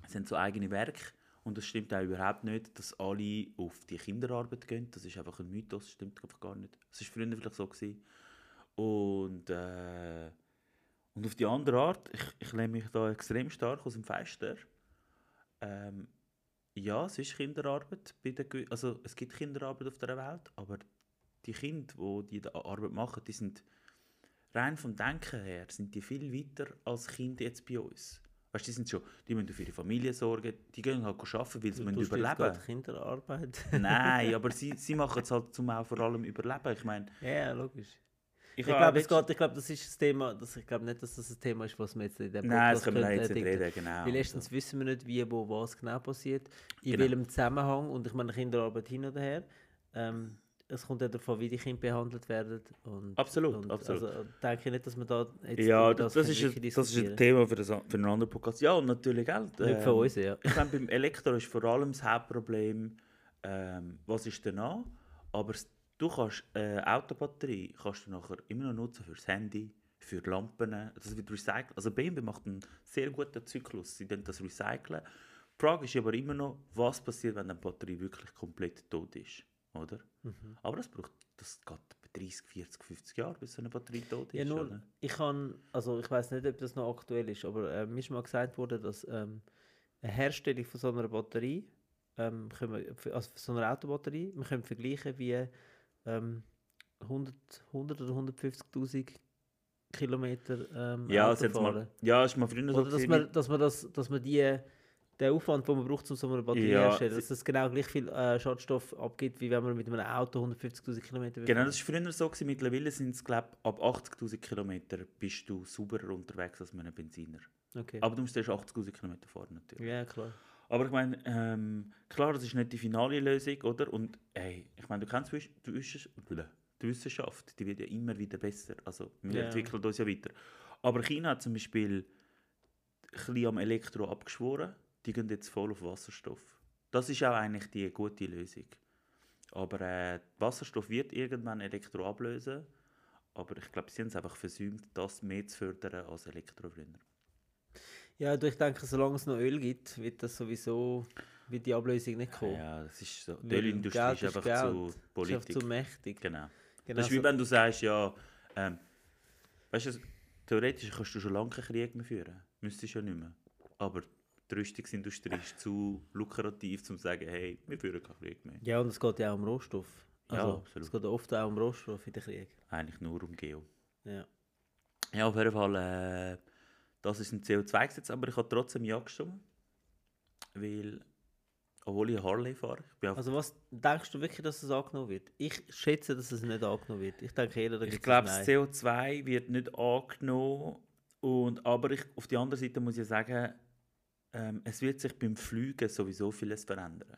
S2: Es sind so eigene Werke und es stimmt auch überhaupt nicht, dass alle auf die Kinderarbeit gehen. Das ist einfach ein Mythos, das stimmt einfach gar nicht. Es war früher vielleicht so. Gewesen. Und, äh, und auf die andere Art, ich, ich lehne mich da extrem stark aus dem Fenster. Ähm, ja, es ist Kinderarbeit. Bei den, gewi- also es gibt Kinderarbeit auf der Welt, aber die Kinder, wo die die Arbeit machen, die sind rein vom Denken her sind die viel weiter als Kinder jetzt bei uns. Weißt, du, die sind schon, die müssen für ihre Familie sorgen, die gehen halt arbeiten, weil sie müssen
S1: Tust du jetzt
S2: überleben.
S1: gerade Kinderarbeit.
S2: [laughs] Nein, aber sie, sie machen es halt zum auch vor allem überleben. Ich meine,
S1: Ja, logisch.
S2: ich,
S1: Ich,
S2: habe
S1: glaube, es
S2: letztens-
S1: geht, ich glaube, das ist das Thema. Das, ich glaube nicht, dass das ein Thema ist, was wir jetzt in diesem
S2: Nein, das können wir jetzt nicht
S1: könnten, äh,
S2: reden, genau.
S1: Weil erstens wissen wir nicht, wie, wo, was genau passiert, in
S2: Genau.
S1: welchem Zusammenhang. Und ich meine, Kinderarbeit hin oder her. Ähm, es kommt ja davon, wie die Kinder behandelt werden. Und,
S2: Absolut,
S1: und
S2: absolut.
S1: Also denke ich nicht, dass wir da jetzt
S2: ja,
S1: über
S2: das, das,
S1: können
S2: ist, ein-
S1: wirklich
S2: das ist ein
S1: diskutieren.
S2: Thema für, das, für einen anderen Podcast. Ja, und natürlich, gell?
S1: Nicht für
S2: ähm,
S1: uns, ja.
S2: Ich meine, beim Elektro ist vor allem das Hauptproblem, ähm, was ist danach? Aber s- du kannst äh, Autobatterie kannst du nachher immer noch nutzen fürs Handy, für Lampen, das wird recycelt. Also BMW macht einen sehr guten Zyklus, sie können das recyceln. Die Frage ist aber immer noch, was passiert, wenn eine Batterie wirklich komplett tot ist, oder?
S1: Mhm.
S2: Aber das braucht, das geht 30, 40, 50 Jahre, bis so eine Batterie tot ist, ne?
S1: Ja, nur,
S2: oder?
S1: ich kann, also ich weiß nicht, ob das noch aktuell ist, aber äh, mir ist mal gesagt worden, dass ähm, eine Herstellung von so einer Batterie, ähm, können wir, für- also von so einer Autobatterie, wir können vergleichen wie ähm, 100, 100 oder 150.000 Kilometer ähm,
S2: Ja,
S1: Auto
S2: es hat mal,
S1: fahren.
S2: ja, ist mal früher so
S1: Oder dass
S2: gewesen
S1: man, dass man, das, dass man die, den Aufwand, den man braucht, um so eine Batterie
S2: Ja,
S1: herzustellen,
S2: sie-
S1: dass das genau gleich viel äh, Schadstoff abgibt, wie wenn man mit einem Auto 150.000 Kilometer
S2: Genau, das war früher so. Gewesen. Mittlerweile sind es, glaube ab 80'000 Kilometer bist du sauberer unterwegs als mit einem Benziner.
S1: Okay.
S2: Aber du musst erst 80'000 Kilometer fahren natürlich.
S1: Ja, klar.
S2: Aber ich meine, ähm, klar, das ist nicht die finale Lösung, oder? Und ey, ich meine, du kennst die Wisch- die Wisch- die Wissenschaft, die wird ja immer wieder besser. Also wir
S1: Ja.
S2: entwickeln uns ja weiter. Aber China hat zum Beispiel ein bisschen am Elektro abgeschworen. Die gehen jetzt voll auf Wasserstoff. Das ist auch eigentlich die gute Lösung. Aber äh, Wasserstoff wird irgendwann Elektro ablösen. Aber ich glaube, sie haben es einfach versäumt, das mehr zu fördern als Elektrofrüher.
S1: Ja, du, ich denke, solange es noch Öl gibt, wird das sowieso wird die Ablösung nicht kommen.
S2: Ah Ja, das ist so. Die
S1: Weil
S2: Ölindustrie
S1: Geld
S2: ist einfach
S1: Geld.
S2: zu Politik.
S1: Ist einfach zu mächtig.
S2: Genau.
S1: Genau,
S2: Das ist wie
S1: so-
S2: wenn du sagst, ja, ähm, weißt du, theoretisch kannst du schon lange keinen Krieg mehr führen. Müsstest du ja nicht mehr. Aber die Rüstungsindustrie ist zu lukrativ, um zu sagen, hey, wir führen keinen Krieg mehr.
S1: Ja, und es geht ja auch um Rohstoff.
S2: Ja,
S1: Also,
S2: absolut.
S1: Es geht oft auch um Rohstoff in den Krieg.
S2: Eigentlich nur um Geo.
S1: Ja.
S2: Ja, auf jeden Fall, äh, das ist ein CO2-Gesetz, aber ich habe trotzdem Ja gestimmt. Weil, obwohl ich Harley fahre, ich bin auf
S1: Also was denkst du wirklich, dass es angenommen wird? Ich schätze, dass es nicht angenommen wird. Ich denke eher, da
S2: Ich
S1: gibt's ein
S2: glaube, das
S1: Nein.
S2: CO2 wird nicht angenommen. Und, aber ich, auf die andere Seite muss ich sagen, ähm, es wird sich beim Fliegen sowieso vieles verändern.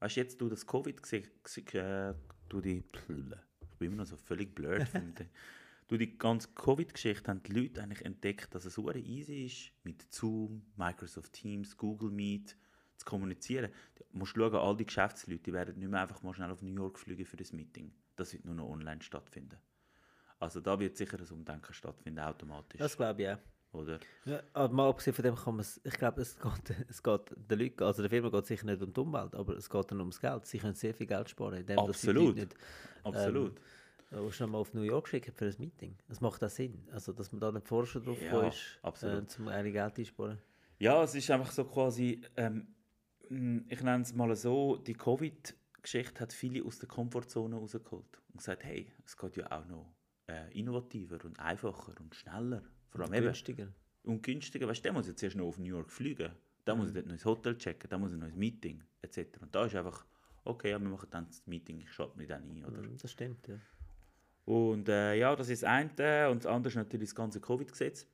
S2: Weißt du, jetzt du das Covid gese- gese- äh, du die ich bin immer noch so völlig blöd finde. Durch die ganze Covid-Geschichte haben die Leute eigentlich entdeckt, dass es super easy ist, mit Zoom, Microsoft Teams, Google Meet zu kommunizieren. Du musst schauen, all die Geschäftsleute die werden nicht mehr einfach mal schnell auf New York fliegen für ein Meeting. Das wird nur noch online stattfinden. Also da wird sicher ein Umdenken stattfinden, automatisch.
S1: Das glaube ich auch.
S2: Oder?
S1: Ja, aber mal abgesehen von dem kann man es, ich glaube, es geht, [laughs] es geht den Leuten, also der Firma geht es sicher nicht um die Umwelt, aber es geht dann ums Geld. Sie können sehr viel Geld sparen, indem dass sie die
S2: Absolut.
S1: Leute nicht
S2: Absolut.
S1: äh, schnell mal auf New York schicken für ein Meeting. Das macht auch Sinn. Also, dass man da nicht Forscher drauf
S2: Ja,
S1: gekommen ist,
S2: absolut.
S1: Äh, um ein Geld einsparen.
S2: Ja, es ist einfach so quasi, ähm, mh, ich nenne es mal so, die Covid-Geschichte hat viele aus der Komfortzone rausgeholt und gesagt, hey, es geht ja auch noch äh, innovativer und einfacher und schneller. Vor allem eben.
S1: Günstiger.
S2: Und günstiger, weißt du, der muss jetzt erst noch auf New York fliegen, der muss dort noch ins Hotel checken, der muss noch ins Meeting etc. Und da ist einfach, okay, ja, wir machen dann das Meeting, ich schalte mich dann ein. Oder?
S1: Mm, Das stimmt, ja.
S2: Und äh, ja, das ist das eine. Und das andere ist natürlich das ganze Covid-Gesetz,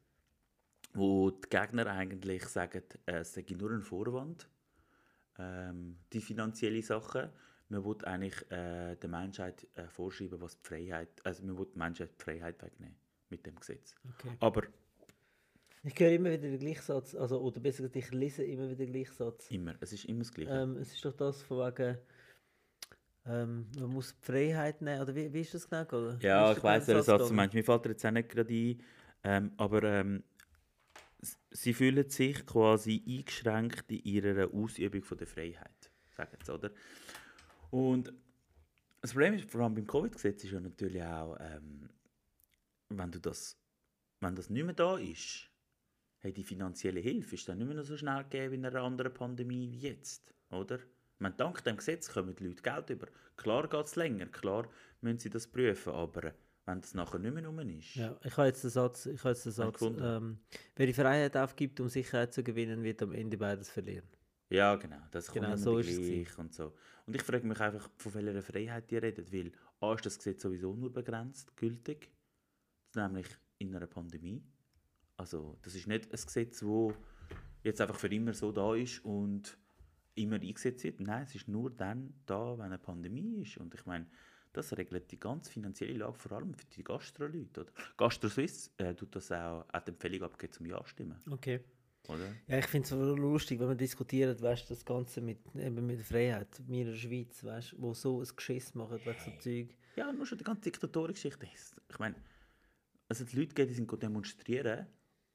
S2: wo die Gegner eigentlich sagen, äh, es sei nur ein Vorwand, ähm, die finanzielle Sache. Man will eigentlich äh, der Menschheit äh, vorschreiben, was die Freiheit, also man will der Menschheit die Freiheit wegnehmen mit dem Gesetz.
S1: Okay.
S2: Aber
S1: Ich höre immer wieder den gleichen Satz, also, oder besser gesagt, ich lese immer wieder den gleichen Satz.
S2: immer, es ist immer das Gleiche.
S1: Ähm, es ist doch das von wegen, ähm, man muss die Freiheit nehmen, oder wie, wie ist das genau? gegangen? Wie
S2: Ja,
S1: ist
S2: ich
S1: der
S2: weiß, welchen
S1: ganze
S2: Satz du
S1: gegangen?
S2: meinst. Mir fällt er jetzt auch nicht gerade ein. Ähm, aber ähm, s- sie fühlen sich quasi eingeschränkt in ihrer Ausübung von der Freiheit. Sagen sie, oder? Und das Problem ist, vor allem beim Covid-Gesetz, ist ja natürlich auch, ähm, wenn, du das, wenn das nicht mehr da ist, hey, die finanzielle Hilfe ist dann nicht mehr so schnell gegeben in einer anderen Pandemie wie jetzt, oder? Ich meine, dank dem Gesetz kommen die Leute Geld über. Klar geht es länger, klar müssen sie das prüfen, aber wenn das nachher nicht mehr rum ist,
S1: Ja, ich habe jetzt den Satz, ich habe jetzt den
S2: Habe
S1: Satz
S2: ich gefunden.
S1: ähm, wer die Freiheit aufgibt, um Sicherheit zu gewinnen, wird am Ende beides verlieren.
S2: Ja, genau. Das kommt
S1: Genau,
S2: immer
S1: so
S2: so
S1: ist es gewesen.
S2: gleich und so. Und ich frage mich einfach, von welcher Freiheit die reden, weil A ist das Gesetz sowieso nur begrenzt gültig, nämlich in einer Pandemie. Also das ist nicht ein Gesetz, wo jetzt einfach für immer so da ist und immer eingesetzt wird. Nein, es ist nur dann da, wenn eine Pandemie ist. Und ich meine, das regelt die ganze finanzielle Lage, vor allem für die Gastro-Leute. oder? Gastro Suisse äh, tut das auch, hat die Empfehlung abgegeben zum Ja-Stimmen,
S1: Okay.
S2: oder?
S1: Ja, ich finde es lustig, wenn man diskutiert, weißt du, das Ganze mit, eben mit der Freiheit, wir in der Schweiz, weißt du, wo so ein Geschiss machen wegen so Zeug.
S2: Ja, nur schon die ganze Diktatorengeschichte. Ich meine, es hat Leute gegeben, die sind gegangen demonstrieren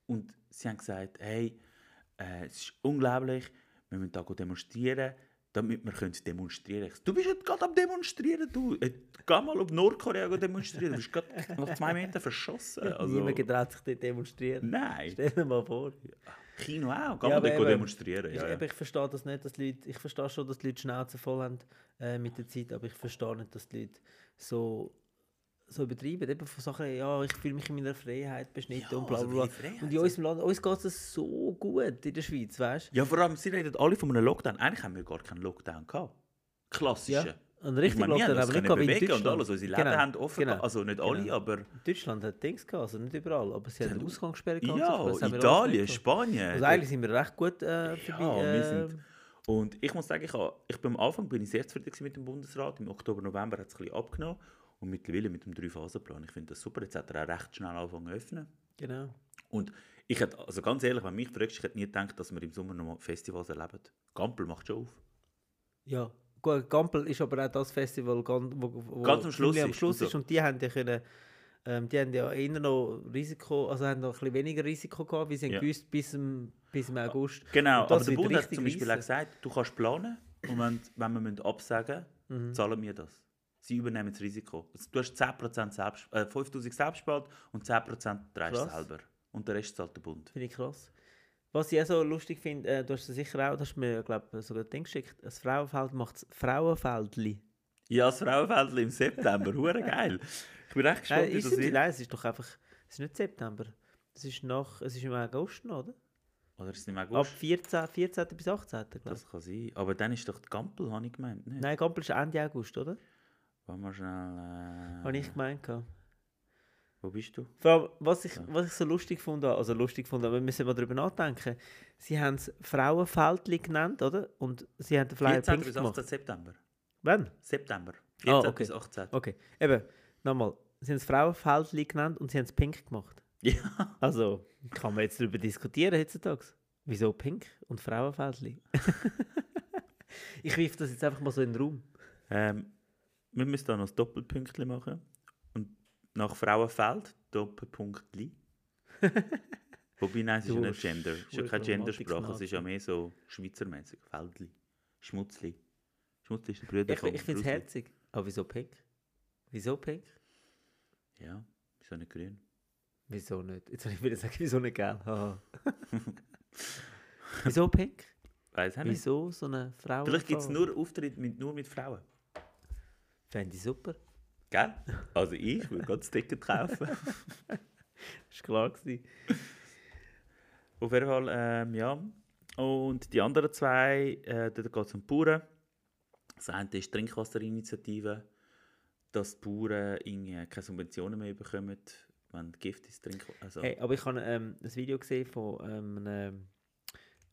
S2: und sie haben gesagt, hey, äh, es ist unglaublich, wir müssen da gehen demonstrieren, damit wir können demonstrieren können. Du bist jetzt gerade am Demonstrieren, du. Äh, geh mal auf Nordkorea gehen demonstrieren, du bist gerade nach zwei Metern verschossen. Also,
S1: Niemand getraut sich dort demonstrieren.
S2: nein,
S1: Stell dir mal vor.
S2: Kino auch, geh
S1: Ja,
S2: mal dort
S1: aber
S2: gehen
S1: eben,
S2: demonstrieren.
S1: Ich,
S2: Ja, ja.
S1: eben, ich verstehe das nicht, dass die Leute, ich verstehe schon, dass die Leute die Schnauze voll haben äh, mit der Zeit, aber ich verstehe nicht, dass die Leute so, so übertreiben. Eben von Sachen, ja, ich fühle mich in meiner Freiheit beschnitten
S2: Ja,
S1: und bla
S2: also
S1: bla
S2: welche
S1: bla.
S2: Freiheit?
S1: Und in unserem Land, uns geht es so gut in der Schweiz, weißt du?
S2: ja, vor allem, sie reden alle von einem Lockdown. Eigentlich haben wir gar keinen Lockdown gehabt. Klassischen.
S1: Ein
S2: Ich
S1: richtiger
S2: meine, wir haben
S1: Lockdown, aber
S2: uns
S1: nicht
S2: können
S1: gehabt wie in
S2: bewegen und
S1: Deutschland.
S2: alles, unsere Läden
S1: Genau,
S2: haben offen,
S1: genau.
S2: gehabt. also nicht alle,
S1: genau.
S2: aber
S1: Deutschland hat Dings gehabt, also nicht überall, aber sie haben Ausgangssperre gehabt. und so, aber das
S2: ja,
S1: haben wir alles nicht
S2: Italien,
S1: gehabt.
S2: Spanien.
S1: Also eigentlich sind wir recht gut äh,
S2: ja,
S1: vorbei,
S2: wir
S1: äh,
S2: sind. Und ich muss sagen, ich, habe- ich bin am Anfang bin ich sehr zufrieden gewesen mit dem Bundesrat. Im Oktober, November hat es ein bisschen abgenommen. Und mittlerweile mit dem Drei-Phasen-Plan. Ich finde das super. Jetzt hat er auch recht schnell angefangen zu öffnen.
S1: Genau.
S2: Und ich hätte, also ganz ehrlich, wenn du mich fragst, ich hätte nie gedacht, dass wir im Sommer noch mal Festivals erleben. Gampel macht schon auf.
S1: Ja, gut, Gampel ist aber auch das Festival, gan- wo, wo
S2: Ganz am Schluss
S1: ziemlich am
S2: ist,
S1: Schluss
S2: und so.
S1: ist und die haben ja können, ähm, die haben ja eher noch Risiko, also haben noch ein bisschen weniger Risiko gehabt, wie sie haben
S2: Ja.
S1: gewusst bis im, bis im August.
S2: Genau,
S1: Und das
S2: aber der
S1: wird
S2: Bund hat
S1: richtig
S2: zum Beispiel auch
S1: reissen.
S2: gesagt, du kannst planen und wenn, wenn wir müssen absagen
S1: Mhm.
S2: müssen, zahlen wir das. Sie übernehmen das Risiko. Also, du hast 10% selbst, äh, 5000 selbst gespart und 10% trägst du
S1: Krass.
S2: selber. Und den Rest zahlt der Bund.
S1: Finde ich krass. Was ich auch so lustig finde, äh, du hast es sicher auch, du hast mir, glaube ich, sogar ein Ding geschickt, das Frauenfeld macht das Frauenfeldli.
S2: Ja, das Frauenfeld im
S1: [laughs]
S2: September, hure geil. Ich bin echt gespannt,
S1: Nein,
S2: wie
S1: ist
S2: das
S1: es, nicht?
S2: wird.
S1: nein, es ist doch einfach, es ist nicht September, es ist nach, es ist im August noch, oder?
S2: Oder ist es im
S1: Ab
S2: August?
S1: 14, 14. bis 18. glaube ich.
S2: Das kann sein. Aber dann ist doch die Gampel, habe ich gemeint. Nicht?
S1: Nein, Gampel ist Ende August, oder?
S2: Wollen wir schnell... Äh,
S1: Habe ich gemeint. gehabt.
S2: Wo bist du?
S1: Vor allem, was ich, was ich so lustig fand, also lustig fand, aber wir müssen mal darüber nachdenken. Sie haben es Frauenfeldli genannt, oder? Und sie haben den Flyer
S2: 14.
S1: pink
S2: bis
S1: gemacht.
S2: 18. September.
S1: Wann?
S2: September. 14.
S1: Ah, okay.
S2: bis 18.
S1: Okay, eben, nochmal. sie haben das Frauenfeld genannt und sie haben es pink gemacht.
S2: [laughs] Ja.
S1: Also, kann man jetzt darüber diskutieren heutzutage. Wieso pink und Frauenfeld? [laughs] ich wirf das jetzt einfach mal so in den Raum.
S2: Ähm, wir müssen da noch ein Doppelpünktchen machen. Und nach Frauenfeld
S1: [laughs]
S2: Doppelpunktli. Wobei, nein, es ist
S1: Du
S2: ja nicht Gender. Es ist ja
S1: schwuler
S2: keine Gendersprache, es
S1: Romantiknase.
S2: ist ja mehr so schweizermäßig. Feldli. Schmutzli. Schmutzli ist der Bruder
S1: Ich, ich finde es
S2: Brusli.
S1: herzig. Aber wieso pink? Wieso pink?
S2: Ja, wieso nicht grün?
S1: Wieso nicht? Jetzt soll ich wieder sagen, wieso nicht gell? [laughs] Haha. wieso pink?
S2: Weiß ich nicht.
S1: Wieso so eine Frau?
S2: Vielleicht gibt es nur Auftritte mit, nur mit Frauen.
S1: Fände ich super.
S2: Gell? Also ich würde ganz Ticket kaufen.
S1: Ist klar gewesen.
S2: Auf jeden Fall, ähm, ja. Und die anderen zwei, äh, da geht es um die Bauern. Das eine ist die Trinkwasserinitiative, dass die Bauern irgendwie keine Subventionen mehr bekommen, wenn Gift ins Trinkwasser... Also,
S1: Hey, aber ich habe ähm, ein Video gesehen von ähm, einem,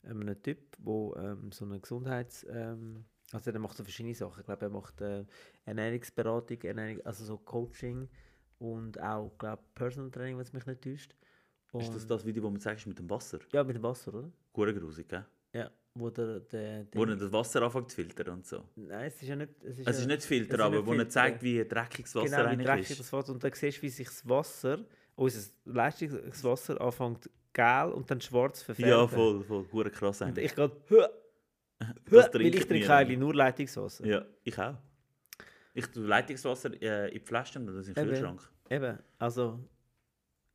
S1: ähm, einem Typ, der ähm, so eine Gesundheits... Ähm, also der macht so verschiedene Sachen. Ich glaube, er macht äh, Ernährungsberatung, Ernährung, also so Coaching und auch, glaube Personal Training, wenn es mich nicht täuscht.
S2: ist das
S1: Und-
S2: das Video, das man sagst mit dem Wasser?
S1: Ja, mit dem Wasser, oder?
S2: Gut grusig, gell?
S1: Ja, wo der... der, der
S2: Wo er das Wasser anfängt zu filtern und so.
S1: Nein, es ist ja nicht... Es ist,
S2: Es
S1: ja,
S2: ist nicht Filter,
S1: es ist
S2: aber
S1: nicht
S2: wo er
S1: Filter.
S2: zeigt, wie dreckig das Wasser
S1: genau, wie
S2: eigentlich
S1: dreckig
S2: ist.
S1: das Wasser. Und dann siehst du, wie sich das Wasser, oh, unser leistungsfähiges Wasser, anfängt gel und dann schwarz zu verfärben.
S2: [laughs] Ja, voll, voll. Hure krass
S1: Und
S2: eigentlich.
S1: ich gehe, hö, hö,
S2: [laughs] Das
S1: [laughs] weil ich
S2: trinken
S1: trinke
S2: wir.
S1: eigentlich nur Leitungswasser.
S2: Ja, ich auch. Ich tue Leitungswasser äh, in die Flaschen und das in den
S1: Eben.
S2: Kühlschrank.
S1: Eben, also,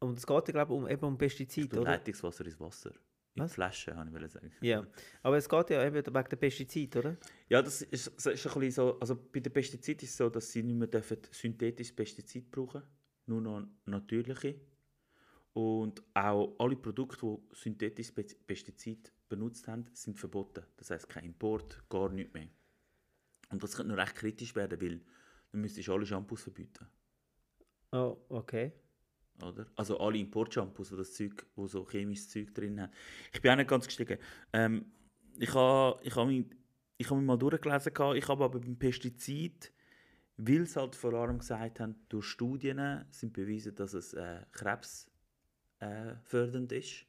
S1: und es geht, glaube ich, um, eben um
S2: Ich
S1: Pestizide,
S2: tue
S1: oder?
S2: Leitungswasser ins Wasser. In die
S1: Was?
S2: Flaschen, habe ich sagen.
S1: Ja, aber es geht ja eben wegen der Pestizide, oder?
S2: Ja, das ist, das ist ein bisschen so. Also bei den Pestiziden ist es so, dass sie nicht mehr dürfen synthetisches Pestizid brauchen nur noch natürliche. Und auch alle Produkte, die synthetisches Pe- Pestizid benutzt haben, sind verboten. Das heißt kein Import, gar nichts mehr. Und das könnte noch recht kritisch werden, weil dann müsstest du alle Shampoos verbieten.
S1: Oh, okay.
S2: Oder? Also alle Importshampoos, die das Zeug, wo so chemisches Zeug drin haben. Ich bin auch nicht ganz gestiegen. Ähm, ich habe ich ha mich, ich ha mich mal durchgelesen, gehabt. ich habe aber beim Pestizid, weil sie halt vor allem gesagt haben, durch Studien sind bewiesen, dass es äh, krebsfördernd äh, fördernd ist,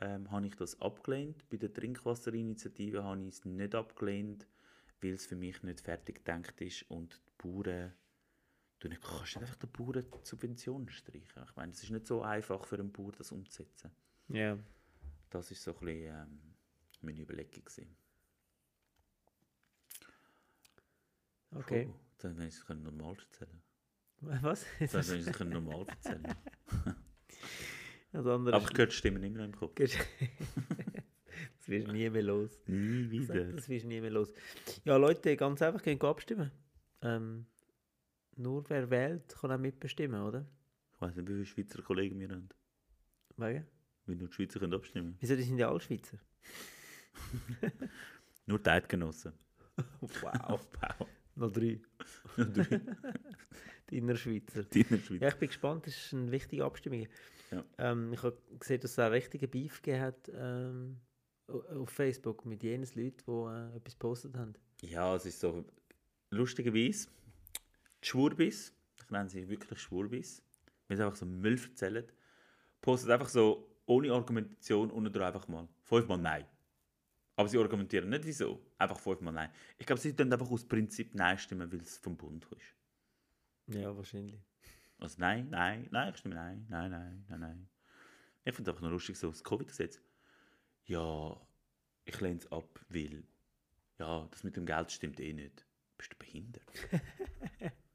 S2: ähm, habe ich das abgelehnt. Bei der Trinkwasserinitiative habe ich es nicht abgelehnt, weil es für mich nicht fertig gedacht ist und die Bauern Du nicht- kannst nicht einfach den Bauern die Subventionen streichen. Ich meine, es ist nicht so einfach für einen Bauer, das umzusetzen.
S1: Ja.
S2: Das ist so ein bisschen ähm, meine Überlegung. Gewesen.
S1: Okay.
S2: Puh, dann hätte ich es können normal erzählen
S1: [laughs] Was?
S2: Dann hätte ich es
S1: [laughs]
S2: können normal erzählen
S1: Das andere
S2: Aber ich höre die Stimme immer noch im Kopf.
S1: ist... [laughs] das wirst du nie mehr los.
S2: Nie
S1: [laughs] Sag, Das wirst du nie mehr los. Ja, Leute, ganz einfach, gehen abstimmen. Ähm, nur wer wählt, kann auch mitbestimmen, oder?
S2: Ich weiß nicht, wie viele Schweizer Kollegen wir haben.
S1: Wegen?
S2: Weil nur die Schweizer können abstimmen.
S1: Wieso, die sind ja alle Schweizer.
S2: Nur die Eidgenossen. [laughs]
S1: Wow.
S2: Aufbau.
S1: [laughs] Noch drei.
S2: Nur die
S1: [laughs] Die Innerschweizer.
S2: deiner Schweiz.
S1: Ja, ich bin gespannt, das ist eine wichtige Abstimmung.
S2: Ja.
S1: Ähm, ich habe gesehen, dass es einen richtigen Beef gegeben hat ähm, au- auf Facebook mit jenen Leuten, die äh, etwas gepostet haben.
S2: Ja, es ist so lustigerweise die Schwurbis, ich nenne sie wirklich Schwurbis, weil sie einfach so Müll erzählen, postet einfach so ohne Argumentation unten drauf einfach mal fünfmal Nein. Aber sie argumentieren nicht wieso, einfach fünfmal Nein. Ich glaube, sie tun einfach aus Prinzip Nein stimmen, weil es vom Bund ist.
S1: Ja, wahrscheinlich.
S2: Also nein, nein, nein, ich stimme nein, nein, nein, nein, nein. Ich finde es einfach nur lustig, so das Covid-Gesetz. Ja, ich lehne es ab, weil ja, das mit dem Geld stimmt eh nicht. Bist du
S1: [laughs]
S2: behindert?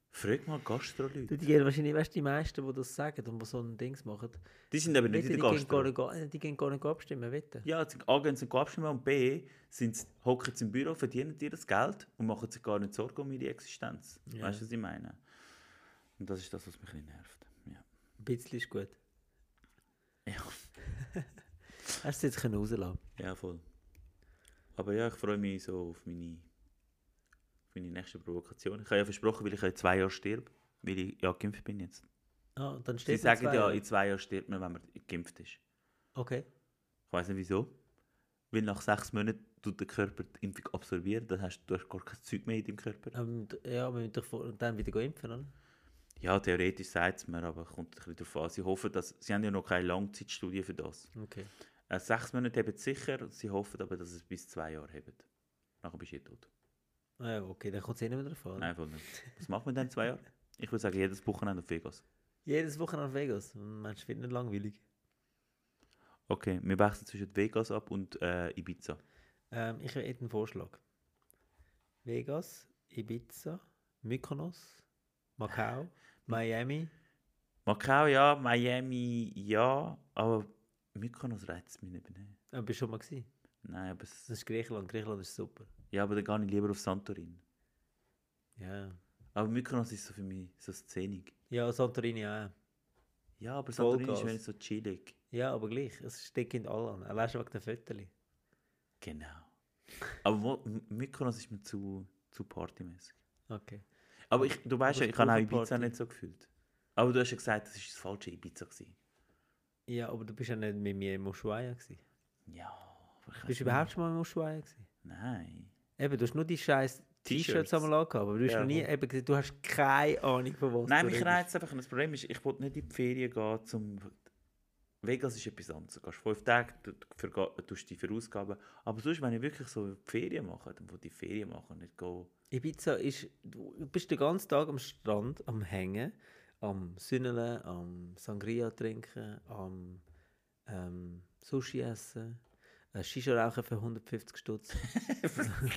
S2: Frag mal
S1: Du,
S2: Gastro-Leute.
S1: Die gehen wahrscheinlich weißt, die meisten, die das sagen und die so ein Dings machen.
S2: Die sind aber nicht
S1: Wetten, die,
S2: in der
S1: gehen gar
S2: Gastro.
S1: nicht, ga- die gehen gar nicht abstimmen, wetten.
S2: Ja, sie A, gehen sie nicht abstimmen und B, sind sie- hocken sie im Büro, verdienen ihr das Geld und machen sich gar nicht Sorgen um ihre Existenz.
S1: Ja.
S2: Weißt du, was ich meine? Und das ist das, was mich ein bisschen nervt. Ja.
S1: Ein bisschen ist gut.
S2: ja.
S1: [laughs] Hast du es jetzt können rauslassen
S2: Ja, voll. Aber ja, ich freue mich so auf meine, auf meine nächste Provokation. Ich habe ja versprochen, weil ich ja in zwei Jahren stirb, weil ich ja geimpft bin jetzt.
S1: Ah, und dann
S2: Sie
S1: steht man
S2: sagen
S1: zwei.
S2: ja, in zwei Jahren stirbt man, wenn man geimpft ist.
S1: Okay.
S2: Ich weiß nicht wieso. Weil nach sechs Monaten tut der Körper die Impfung
S1: Ähm,
S2: absorbieren, dann hast du, du hast gar kein Zeug mehr in deinem Körper.
S1: Aber, wir müssen- ja, wir müssen doch vor, dann wieder impfen, oder?
S2: Ja, theoretisch sagt es mir, aber kommt ein bisschen darauf an. Sie hoffen, dass, sie haben ja noch keine Langzeitstudie für das.
S1: Okay.
S2: Äh, sechs Monate haben sie sicher, sie hoffen aber, dass es bis zwei Jahre haben. Nachher bist du eh tot.
S1: Ah, okay, dann kommt es eh nicht mehr davon.
S2: Nein, voll nicht. Was macht man dann in zwei Jahren? Ich würde sagen, jedes Wochenende auf Vegas.
S1: Jedes Wochenende auf Vegas. Mensch, wird nicht langweilig.
S2: Okay, wir wechseln zwischen Vegas ab und äh, Ibiza.
S1: Ähm, ich hätte einen Vorschlag. Vegas, Ibiza, Mykonos,
S2: [laughs]
S1: Macau, Miami.
S2: Macau ja, Miami ja, aber Mykonos reizt mich nicht. Nein,
S1: Äh, bist du schon mal gewesen?
S2: Nein aber, es,
S1: Das ist Griechenland. Griechenland ist super.
S2: ja, aber dann gehe ich lieber auf Santorin.
S1: Ja.
S2: Aber Mykonos ist so für mich so szenig.
S1: Ja, Santorini auch.
S2: Ja, aber Santorin ist
S1: Vollgas.
S2: wenigstens so chillig.
S1: Ja, aber gleich. Es steckt in allen an. Allein schon wegen den Fötterchen.
S2: Genau. Aber wo, M- Mykonos ist mir zu, zu partymäßig.
S1: Okay.
S2: Aber ich, du weißt ja,
S1: Aber
S2: ich habe auch
S1: die
S2: Ibiza
S1: Party-
S2: nicht so gefühlt. Aber du hast ja gesagt, das war das falsche Ibiza. Gewesen.
S1: Ja, aber du bist ja nicht mit mir in Ushuaia gewesen.
S2: Ja, aber ich
S1: Bist
S2: weiss
S1: du überhaupt schon mal in Ushuaia gewesen?
S2: nicht. Nein.
S1: Eben, du hast nur die scheiß
S2: T-Shirts.
S1: T-Shirts einmal angehabt, aber du hast
S2: Ja,
S1: noch nie, eben, gesagt, du hast keine Ahnung von was
S2: Nein,
S1: du
S2: mich
S1: redest.
S2: reizt einfach. Das Problem ist, ich wollte nicht in die Ferien gehen, zum. Vegas ist etwas anderes. Du gehst fünf Tage, du du verga- du tust dich verausgaben. Aber sonst, wenn ich wirklich so die Ferien mache, dann will ich die Ferien machen, nicht gehen.
S1: Ibiza ist, du du bist den ganzen Tag am Strand, am Hängen, am Sünneln, am Sangria trinken, am ähm, Sushi essen, äh, Shisha rauchen für 150 Stutz.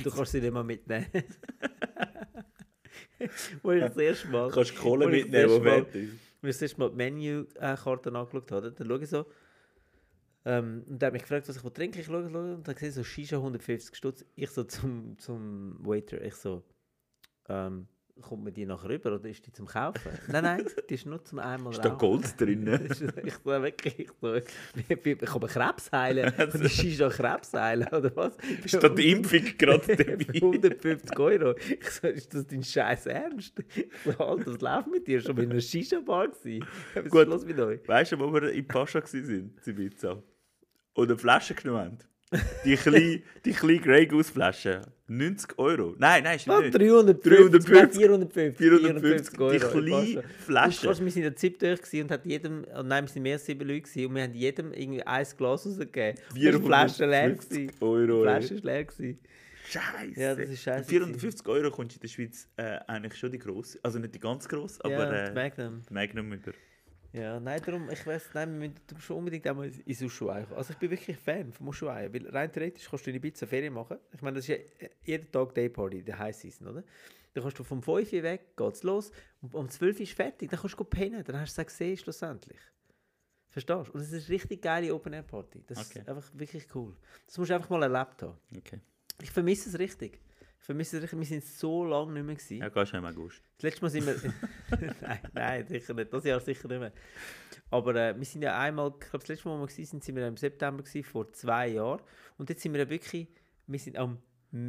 S1: du kannst sie nicht mal mitnehmen. Wo ich das erste Mal...
S2: kannst Kohle
S1: wo ich das
S2: mitnehmen, wo
S1: erste Mal-
S2: fertig ist.
S1: Wenn ich das erste Mal die Menükarte angeschaut habe, dann schaue ich so. Ähm, und der hat mich gefragt, was ich will trinken Ich schaue, schaue und dann sehe ich so Shisha 150 Stutz. Ich so zum, zum Waiter, ich so, ähm, kommt mir die nachher rüber oder ist die zum Kaufen?
S2: [laughs]
S1: nein, nein, die ist nur zum einmal
S2: Ist da
S1: rauchen.
S2: Gold [laughs] drin?
S1: Das [laughs] ist- ich so wirklich, ich so, ich, ich kann mir Krebs
S2: [laughs]
S1: heilen, kann die Shisha Krebs heilen, oder was?
S2: Ist
S1: [laughs]
S2: da die Impfung gerade
S1: Für
S2: [laughs] dabei?
S1: 150 Euro. Ich so, ist das dein Scheiß Ernst? Ich so, Alter, was läuft mit dir? Schon in einer Shisha-Bar gewesen? Was
S2: Gut.
S1: ist los mit euch?
S2: Weißt du, wo wir in Pascha waren, in Ibiza? Und eine Flasche genommen haben? Die kleine, die kleine Grey Goose Flasche. 90 Euro. Nein, nein, ist
S1: Was?
S2: nicht.
S1: 350?
S2: 350?
S1: Ah, Nein, 450.
S2: 450,
S1: 450 Euro.
S2: die
S1: Ich
S2: kleine
S1: weiß schon. Weißt du
S2: Flasche.
S1: was, wir sind ja ZIP durch gewesen und hat jedem, oh nein, wir sind mehr als sieben Leute gewesen und wir haben jedem irgendwie ein Glas rausgegeben. Und die Flasche leer gewesen.
S2: 450 Euro.
S1: Die
S2: ey.
S1: Flasche ist leer gewesen.
S2: Scheiße.
S1: Ja, das ist scheiße
S2: 450 Euro kommst du in der Schweiz äh, eigentlich schon die grosse. Also nicht die ganz grosse, aber
S1: ja, die
S2: äh,
S1: Magnum.
S2: die Magnum über.
S1: Ja, nein, darum, ich weiß, nein, wir müssen, du musst unbedingt einmal ins Ushuaia kommen. Also ich bin wirklich Fan von Ushuaia, weil rein theoretisch kannst du in Ibiza Ferien machen. Ich meine, das ist ja äh, jeden Tag Dayparty, der High Season, oder? Dann kannst du vom 5 Uhr weg, geht's los, und um 12 Uhr ist fertig, dann kannst du pennen, dann hast du es gesehen schlussendlich. Verstehst du? Und es ist eine richtig geile Open-Air-Party. Das
S2: Okay.
S1: ist einfach wirklich cool. Das musst du einfach mal erlebt haben.
S2: Okay.
S1: Ich vermisse es richtig. Ich vermisse es richtig, wir sind so lange nicht mehr gewesen.
S2: Ja, gehst du im August.
S1: Das letzte Mal sind wir. [laughs] nein, nein, sicher nicht. Das Jahr sicher nicht mehr. Aber äh, wir sind ja einmal, ich glaube, das letzte Mal, wo wir waren, sind, sind wir im September gewesen, vor zwei Jahren. Und jetzt sind wir ja wirklich, wir sind am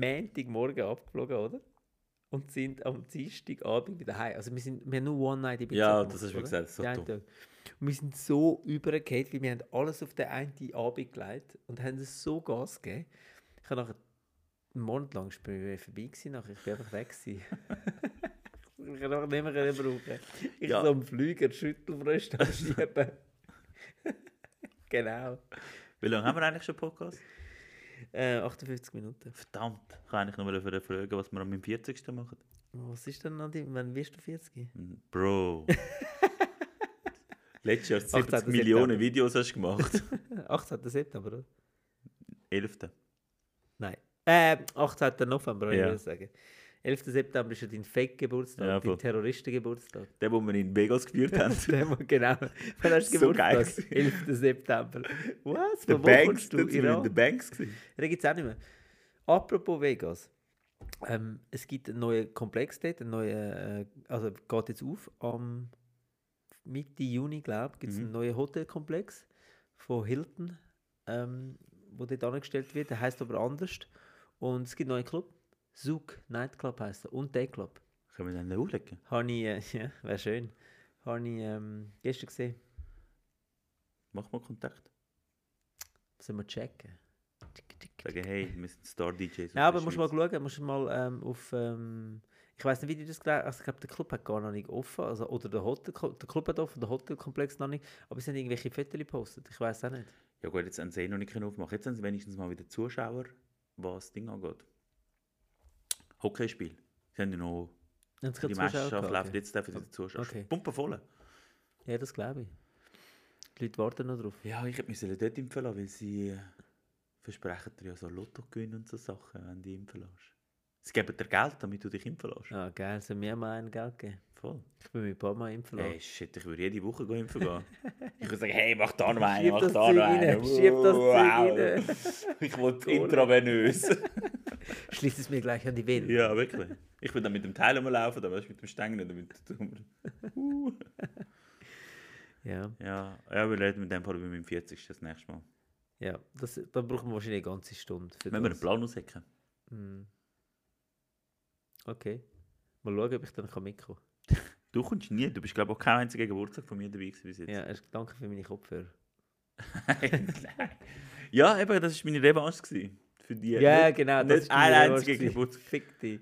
S1: Montagmorgen abgeflogen, oder? Und sind am Dienstagabend wieder heim. Also wir, sind, wir haben nur One Night in Ibiza
S2: Ja,
S1: gemacht,
S2: das hast du
S1: oder?
S2: gesagt, so
S1: Den einen
S2: dumm.
S1: Tag. Und wir sind so übergeht, weil wir haben alles auf den einen Abend gelegt und haben es so Gas gegeben. Ich habe nachher einen Monat lang ist bei mir vorbei gewesen, nachher ich bin einfach weg gewesen. [laughs] ich kann einfach nicht mehr können brauchen. Ich
S2: Ja.
S1: so am Flüger Schüttelfröste anschieben. [laughs] genau.
S2: Wie lange haben wir eigentlich schon Podcast?
S1: Äh, 58 Minuten.
S2: Verdammt, ich kann eigentlich nur mal fragen, was wir am 40. machen.
S1: Was ist denn noch die, wann wirst du 40?
S2: Mm,
S1: [laughs]
S2: Bro. Letztes Jahr 70
S1: September.
S2: Millionen Videos hast
S1: [laughs]
S2: du gemacht.
S1: 18. September, oder?
S2: 11.
S1: Nein. Äh, 18. November, würde ich
S2: Ja.
S1: würde sagen. 11. September ist ja dein Fake-Geburtstag,
S2: Ja, voll.
S1: dein Terroristengeburtstag.
S2: Der, wo wir in Vegas
S1: [laughs]
S2: geführt haben.
S1: Der, wo- genau. Wann hast du
S2: So geil
S1: Geburtstag?
S2: gewesen.
S1: 11. September. Was?
S2: Der
S1: Von wo
S2: Banks,
S1: kommst
S2: dort sind wir in
S1: Iran?
S2: der Banks. gewesen.
S1: Den gibt es auch nicht mehr. Apropos Vegas. Ähm, es gibt einen neuen Komplex dort, einen neuen, äh, also geht jetzt auf, am Mitte Juni, glaube ich, gibt es einen neuen Hotelkomplex von Hilton, ähm, wo dort angestellt wird, der heißt aber anders. Und es gibt einen neuen Club, Zug Nightclub heißt er, und Dayclub.
S2: Können wir den da auflegen?
S1: Habe ich, äh, [laughs] ja, wäre schön, habe ich ähm, gestern gesehen.
S2: Mach mal Kontakt.
S1: Sollen wir checken?
S2: Sagen, hey, wir sind Star-DJs. aus
S1: Ja, aber
S2: der
S1: musst
S2: Schweiz.
S1: mal schauen, musst mal ähm, auf ähm, Ich weiß nicht, wie die das gelesen Also ich glaube, der Club hat gar noch nicht offen. Also, oder der, Hotel, der Club hat offen, der Hotelkomplex noch nicht. Aber sie haben irgendwelche Fotos gepostet. Ich weiß auch nicht.
S2: Ja gut, jetzt haben sie eh noch nicht können aufmachen. Jetzt haben sie wenigstens mal wieder Zuschauer, was das Ding angeht. Hockeyspiel. Sie haben ja noch...
S1: Haben sie keine
S2: Die
S1: Zuschauer
S2: Meisterschaft
S1: gehabt?
S2: läuft
S1: Okay.
S2: jetzt dafür die Zuschauer.
S1: Okay.
S2: Pumpe voll.
S1: Ja, das glaube ich. Die Leute warten noch drauf.
S2: Ja, ich hätte mich sollen dort impfen lassen, weil sie äh, versprechen dir ja so Lotto gewinnen und so Sachen, wenn du dich impfen lässt. Sie geben dir Geld, damit du dich impfen lässt.
S1: Ah, geil, sollen wir mal einen Geld geben?
S2: Voll.
S1: Ich bin mit ein paar Mal impfen lassen.
S2: Ey, shit, ich würde jede Woche gehen impfen [laughs] gehen. ich würde sagen, hey, mach da noch einen,
S1: Schieb
S2: mach
S1: das
S2: da
S1: Zeug
S2: noch
S1: rein,
S2: einen.
S1: schieb das Zeug
S2: Wow. [laughs] ich wollte
S1: Cool.
S2: intravenös.
S1: [laughs] Schließ es mir gleich an die Welt.
S2: ja, wirklich. Ich bin dann mit dem Teil rumlaufen, dann weißt du, mit dem Stängel oder mit dem... Uh.
S1: Ja,
S2: [laughs] Ja, ja, wir reden mit dem Fall über meinem 40. das nächste Mal.
S1: ja. Das, da brauchen wir wahrscheinlich eine ganze Stunde. Für
S2: Wenn wir einen
S1: das.
S2: Plan aushecken.
S1: Mm. Okay. Mal schauen, ob ich dann kann mitkommen
S2: Du kommst nie, du bist glaube ich auch kein einziger Geburtstag von mir dabei gewesen bis jetzt.
S1: kann. Ja, erst danke für meine Kopfhörer.
S2: [laughs] Nein. ja, eben, das war meine Revanche gewesen. für die.
S1: Ja,
S2: nicht,
S1: genau.
S2: Nicht
S1: war
S2: ein
S1: die
S2: einziger
S1: Revanche.
S2: Geburtstag.
S1: Fick dich.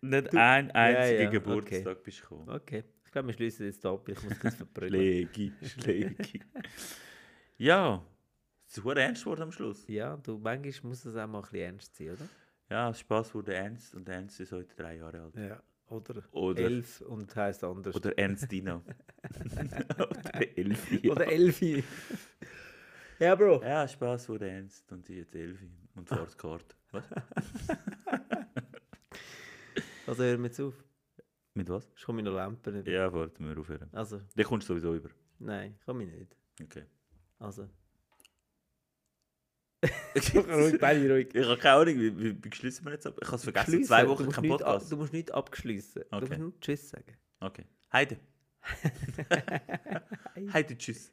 S2: Nicht
S1: Du-
S2: ein einziger
S1: ja, okay.
S2: Geburtstag bist du gekommen.
S1: Okay. Ich glaube, wir schließen jetzt ab. Ich [laughs] muss das verbrüllen.
S2: Schlägi, [laughs] Schlägi. ja, es ist verdammt ernst geworden am Schluss.
S1: ja, du, manchmal muss es auch mal ein bisschen ernst sein, oder?
S2: Ja, das Spaß wurde ernst und ernst ist heute drei Jahre alt.
S1: Ja. Oder,
S2: Oder-
S1: elf und heisst anders.
S2: Oder [laughs] Ernstina. Oder Elfi.
S1: [laughs] Oder elfi. ja, Bro.
S2: Ja, Spaß wurde ernst und sie ist jetzt Elfi [laughs] und fährt Kart. Was?
S1: Also hören wir jetzt auf.
S2: Mit was?
S1: Ich komme noch Lampen. nicht.
S2: Ja, warte, wir aufhören.
S1: Also,
S2: Den kommst du sowieso über.
S1: nein, komme ich nicht.
S2: Okay.
S1: Also.
S2: [laughs] ich
S1: beide [laughs] ruhig.
S2: habe keine Ahnung, wie, wie, wie schließen wir jetzt ab? Ich habe es vergessen, zwei Wochen kein Podcast.
S1: Du musst nicht abschließen.
S2: Okay.
S1: Du musst nur Tschüss sagen.
S2: Okay. Heide.
S1: [laughs]
S2: Heide, tschüss.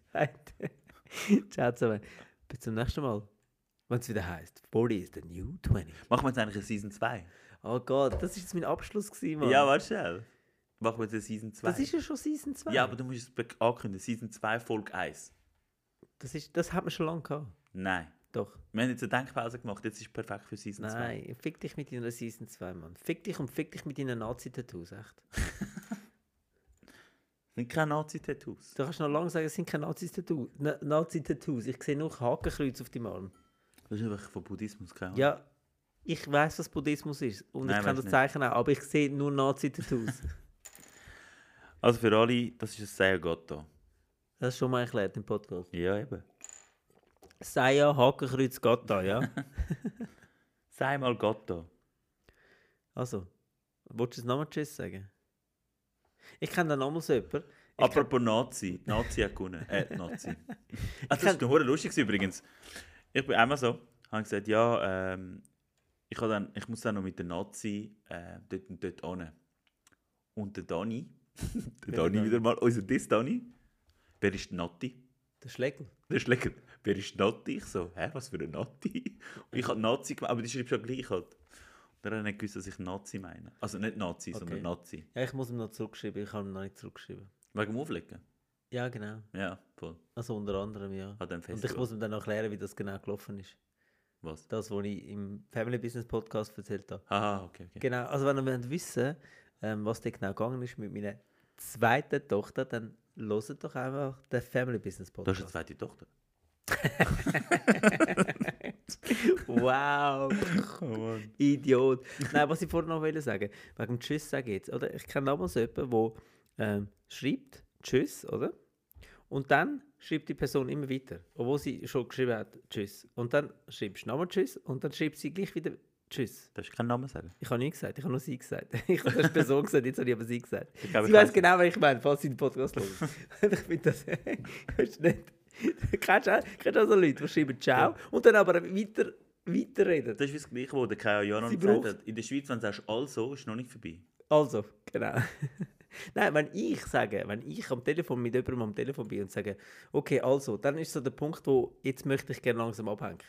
S1: Ciao zusammen. Bis zum nächsten Mal. Wenn es wieder heißt, 40 is the new 20.
S2: Machen wir jetzt eigentlich eine Season 2?
S1: Oh Gott, das war jetzt mein Abschluss. Gewesen, Mann.
S2: Ja, warte schnell. Machen wir jetzt eine Season 2?
S1: das ist ja schon Season 2.
S2: Ja, aber du musst es be- ankündigen. Season 2, Folge 1.
S1: das, ist, das hat man schon lange gehabt.
S2: Nein.
S1: Doch.
S2: Wir haben jetzt eine Denkpause gemacht. Jetzt ist es perfekt für Season 2.
S1: Nein, fick dich mit deiner Season 2, Mann. Fick dich und fick dich mit deinen Nazi-Tattoos, echt.
S2: Es sind keine Nazi-Tattoos.
S1: Du kannst noch lange sagen, es sind keine Nazis-Tattoo- Na- Nazi-Tattoos. Ich sehe nur Hakenkreuz auf deinem Arm.
S2: Das ist einfach von Buddhismus, keine Ahnung.
S1: Ja, ich weiß, was Buddhismus ist. Und
S2: Ah. Nein,
S1: ich kann
S2: weiss
S1: das
S2: nicht.
S1: Zeichen auch, aber ich sehe nur Nazi-Tattoos. [laughs]
S2: Also für alle, das ist ein sehr Gotto.
S1: das ist schon mal erklärt im Podcast.
S2: Ja, eben.
S1: Sei ja Hakenkreuz Gatta, ja? [laughs]
S2: Sei mal Gotto.
S1: Also, willst du es nochmal Tschüss sagen? Ich kenne da nochmals jemanden. Ich kenn-
S2: Apropos Nazi. Die Nazi hat gewonnen. Äh, die [laughs] Nazi. Ah, das war hure lustig übrigens. Ich bin einmal so, habe gesagt, ja, ähm, ich, habe dann, ich muss dann noch mit der Nazi äh, dort und dort hin. Und der Dani, [laughs] der Dani
S1: Dani?
S2: wieder mal, unser Dis Dani, wer ist die Nati?
S1: Der Schlägel.
S2: Der Schläger, wer ist Nati? Ich so, hä, was für eine Nati? Und ich habe Nazi gemacht, aber die schreibst du ja gleich halt. Und er hat nicht gewusst, dass ich Nazi meine. Also nicht Nazi, sondern
S1: Okay.
S2: Nazi.
S1: Ja, ich muss ihm noch zurückschreiben. Ich habe ihm noch nicht zurückgeschrieben.
S2: Wegen dem Auflegen?
S1: Ja, genau.
S2: Ja, voll.
S1: Also unter anderem, ja.
S2: Hat dann
S1: Und ich
S2: festgestellt.
S1: muss ihm dann erklären, wie das genau gelaufen ist.
S2: Was?
S1: Das, was ich im Family Business Podcast erzählt habe.
S2: Haha, okay, okay.
S1: Genau, also wenn ihr wollt wissen ähm, was da genau gegangen ist mit meiner zweiten Tochter, dann hört doch einfach den Family Business
S2: Du hast eine
S1: Podcast.
S2: zweite Tochter.
S1: [laughs] Wow,
S2: Oh Mann.
S1: Idiot. Nein, was ich vorher noch wollte sagen, wegen dem Tschüss sagen jetzt, oder? Ich kenne damals jemanden, der ähm, schreibt Tschüss, oder? Und dann schreibt die Person immer weiter, obwohl sie schon geschrieben hat Tschüss. Und dann schreibst du nochmal Tschüss und dann schreibt sie gleich wieder Tschüss.
S2: Darfst du keinen Namen sagen?
S1: Ich habe nie gesagt, ich habe nur sie gesagt. [laughs] Ich habe die Person gesagt, jetzt habe ich aber sie gesagt.
S2: glaube,
S1: sie
S2: ich
S1: weiß
S2: weiß-
S1: genau, was ich meine, falls sie den Podcast hören. [laughs] ich finde das ist nicht. [laughs] Kennst du auch kennst du auch so Leute, die schreiben Ciao und dann aber weiter, weiterreden?
S2: Das ist wie das Gleiche, was der Kaya Jana
S1: Sie
S2: gesagt
S1: braucht-
S2: hat. In der Schweiz, wenn du sagst, also, ist noch nicht vorbei.
S1: Also, genau. [laughs] Nein, wenn ich sage, wenn ich am Telefon mit jemandem am Telefon bin und sage, okay, also, dann ist so der Punkt, wo jetzt möchte ich gerne langsam abhängen.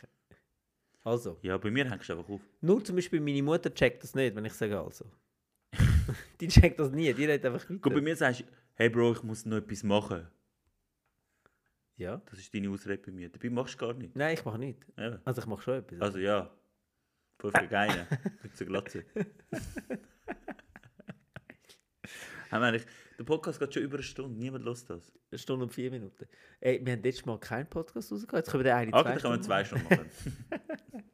S1: Also.
S2: Ja, bei mir hängst du einfach auf.
S1: Nur zum Beispiel meine Mutter checkt das nicht, wenn ich sage also. [laughs] die checkt das nie, die redet einfach weiter.
S2: Gut, bei mir sagst du, hey Bro, ich muss noch etwas machen.
S1: Ja.
S2: Das ist deine Ausrede bei mir. Dabei machst du gar nicht.
S1: Nein, ich mache nicht.
S2: Eben.
S1: Also ich mache schon etwas.
S2: Ah. [laughs] Also ja. Fünf gegen einen. Mit der Glatze. Haben wir eigentlich, Ah, der Podcast geht schon über eine Stunde, niemand lässt das. Ah,
S1: Eine Stunde und vier Minuten. Ey, wir haben letztes Mal keinen Podcast rausgehauen. Jetzt können wir den einen
S2: Ah, dann können wir zwei Stunden machen.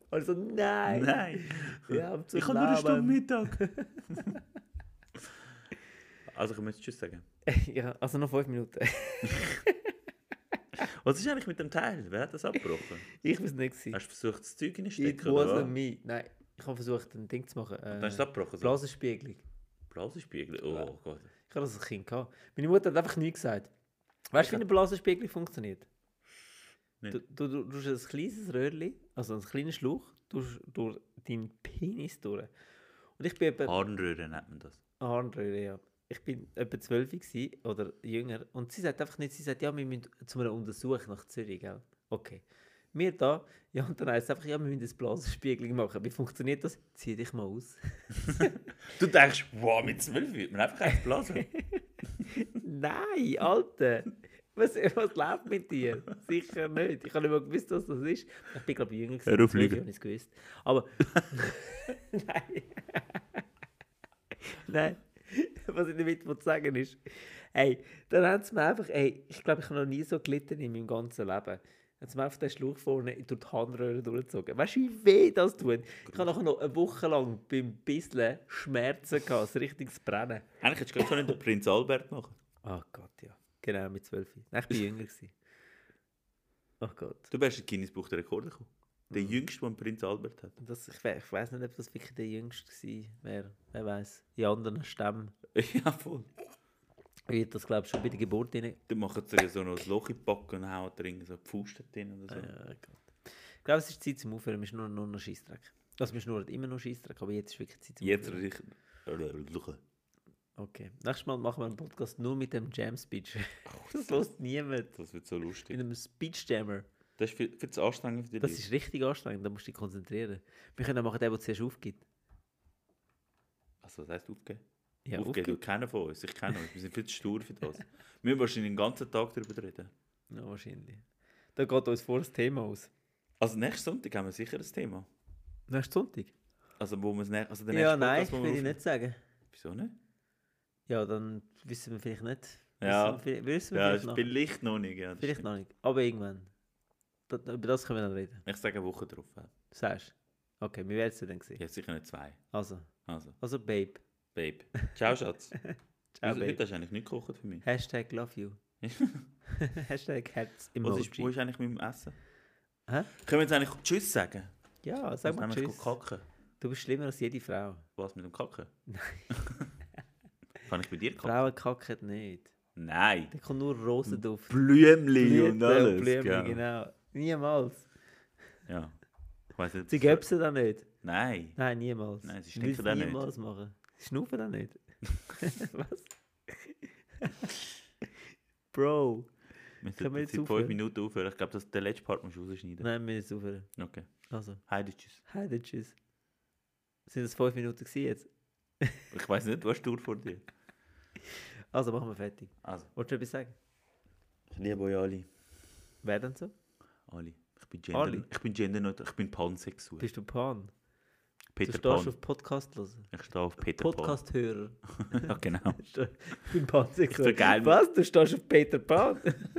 S1: Also, nein.
S2: [laughs] Nein,
S1: Wir haben zu
S2: ich habe nur eine Stunde
S1: labern.
S2: Mittag. [laughs] also, ich müsste Tschüss sagen.
S1: [laughs] ja, also noch fünf Minuten. [laughs]
S2: Was ist eigentlich mit dem Teil? Wer hat das [laughs] abgebrochen?
S1: Ich weiß nicht. Gewesen.
S2: Hast du versucht, das Zeug
S1: It
S2: reinstecken oder
S1: wasn't
S2: was?
S1: me. Nein, ich habe versucht, ein Ding zu machen.
S2: Dann ist es
S1: Äh,
S2: abgebrochen. So.
S1: Blasenspiegelung.
S2: Blasenspiegel? Oh Gott.
S1: Ich habe das als Kind gehabt. Meine Mutter hat einfach nichts gesagt. Weißt du, wie eine Blasenspiegelung funktioniert?
S2: Nicht.
S1: Du, du, du tust ein kleines Röhrchen, also einen kleinen Schlauch, tust durch deinen Penis durch. Und ich bin etwa
S2: Harnröhre nennt man das.
S1: Harnröhre, ja. Ich bin etwa zwölf gsi oder jünger und sie sagt einfach nicht, sie sagt, ja, wir müssen zu einer Untersuchung nach Zürich, gell? Okay. Wir da, ja, und dann heisst es einfach, ja, wir müssen das Blasenspiegelung machen. Wie funktioniert das? Zieh dich mal aus.
S2: Du denkst, wow, mit 12 wird man einfach eins [laughs] blasen.
S1: Nein, Alter! Was, was läuft mit dir? Sicher nicht. Ich habe nicht mal gewusst, was das ist. Ich bin, glaube ich, jünger gewesen.
S2: Hör auf,
S1: zwölf,
S2: lügen.
S1: Ich habe es gewusst. Aber. [laughs] Nein. Nein. Was ich damit will sagen ist, hey, dann haben sie mir einfach, hey, ich glaube, ich habe noch nie so gelitten in meinem ganzen Leben. Haben sie mir auf den Schlauch vorne durch die Handröhre durchgezogen. Weißt du, wie weh das tut? Ich habe nachher noch eine Woche lang beim Bisschen Schmerzen gehabt, ein richtiges Brennen.
S2: Eigentlich hättest du gerade können den Prinz Albert machen.
S1: Oh Gott, ja. Genau, mit 12. Nein, ich
S2: [laughs]
S1: war jünger. Gewesen. Oh Gott.
S2: Du wärst in Guinness Buch der Rekorde gekommen.
S1: Mhm.
S2: Der jüngste, den Prinz Albert
S1: [laughs]
S2: hat.
S1: Das, ich we ich weiß nicht, ob das wirklich der Jüngste gewesen wäre. Wer weiß. In anderen Stämmen
S2: ja, voll.
S1: wird das, glaube ich, schon bei der Geburt rein.
S2: Dann machen sie so noch ein Loch in die Backe und hauen drin so Pfusten drin oder so.
S1: Ah, Ja, Oh Gott. Ich glaube, es ist Zeit zum Aufhören. Wir sind nur, nur noch Scheissdreck. Also, wir schnurren immer noch Scheissdreck, aber jetzt ist wirklich Zeit zum
S2: Jetzt
S1: Aufhören.
S2: richtig. Lachen.
S1: Okay. Nächstes Mal machen wir einen Podcast nur mit dem
S2: [laughs]
S1: Jam-Speech. [laughs] das hört niemand.
S2: Das wird so lustig.
S1: Mit einem Speech-Jammer.
S2: Das ist viel, viel zu anstrengend für dich.
S1: Das ist richtig anstrengend, da musst du dich konzentrieren. Wir können auch machen, den, der zuerst aufgibt.
S2: Also, das heisst aufgeben?
S1: Ja,
S2: aufgeben, du keiner von uns. Ich kenne uns. Wir sind viel zu stur für das. Wir müssen wahrscheinlich den ganzen Tag darüber reden.
S1: Ja, wahrscheinlich. Da geht uns vor das Thema aus.
S2: Also, nächsten Sonntag haben wir sicher ein Thema.
S1: Nächsten Sonntag?
S2: Also, wo wir es nächste. Also, der
S1: Ja,
S2: nächste
S1: nein,
S2: Podcast, wo wir
S1: würde ich
S2: aufnehmen.
S1: nicht sagen.
S2: Wieso nicht?
S1: Ja, dann wissen wir vielleicht nicht.
S2: Ja.
S1: Wissen wir, vi- wissen wir
S2: Ja,
S1: vielleicht,
S2: ist
S1: noch.
S2: vielleicht noch nicht. Ja, das
S1: vielleicht
S2: stimmt.
S1: noch nicht. Aber irgendwann. Da, über das können wir dann reden.
S2: Ich sage eine Woche drauf. ja.
S1: Sagst du? Okay, wir werden es dann sehen.
S2: Ja, sicher nicht zwei.
S1: Also,
S2: Also,
S1: also Babe.
S2: Babe. Ciao,
S1: [laughs]
S2: Schatz.
S1: Ciao,
S2: Wieso- Also, Heute
S1: Babe.
S2: hast du eigentlich nicht gekocht
S1: [laughs]
S2: für mich.
S1: Hashtag love you. Hashtag Herz
S2: Was ist, wo
S1: Emoji.
S2: ist eigentlich mit dem Essen?
S1: Hä?
S2: Können wir jetzt eigentlich Tschüss sagen?
S1: Ja, sag
S2: Muss
S1: mal
S2: nämlich
S1: Tschüss.
S2: kacken.
S1: Du bist schlimmer als jede Frau.
S2: Was mit dem Kacken? Nein. [laughs] Kann ich bei dir kacken?
S1: Frauen kacken nicht.
S2: Nein.
S1: Da kommt nur Rosenduft.
S2: Blümli
S1: Blüten,
S2: und alles.
S1: Blumen,
S2: gell.
S1: genau. Niemals.
S2: Ja. Ich weiß nicht.
S1: Sie gäbe sie dann nicht.
S2: Nein.
S1: Nein, niemals.
S2: Nein, sie
S1: Ich würde
S2: stinken dann nicht.
S1: niemals machen. Sie schnaufen dann
S2: [laughs]
S1: nicht. Was? Bro.
S2: Wir
S1: Können
S2: sollten
S1: wir
S2: jetzt
S1: jetzt
S2: in
S1: aufhören?
S2: 5 Minuten aufhören. Ich glaube, das- den letzten Part musst du rausschneiden.
S1: Nein, wir müssen aufhören.
S2: Okay.
S1: Also,
S2: Heide, tschüss.
S1: heide, tschüss. Sind es fünf Minuten gewesen jetzt?
S2: Ich weiß nicht, was du vor dir.
S1: Also, machen wir fertig.
S2: Also,
S1: Wolltest du etwas sagen?
S2: ich liebe euch alle.
S1: Wer denn so?
S2: Alle. Ich bin Gender.
S1: Alle?
S2: Ich bin genderneutral. Ich bin pansexuell.
S1: Bist du Pan?
S2: Peter
S1: du
S2: Pan.
S1: stehst auf Podcast hören.
S2: Ich stehe auf Peter
S1: Podcast-Hörer.
S2: Pan. [laughs] ja, genau.
S1: Ich bin pansexuell.
S2: Ist doch geil.
S1: Was? Du stehst auf Peter Pan? [laughs]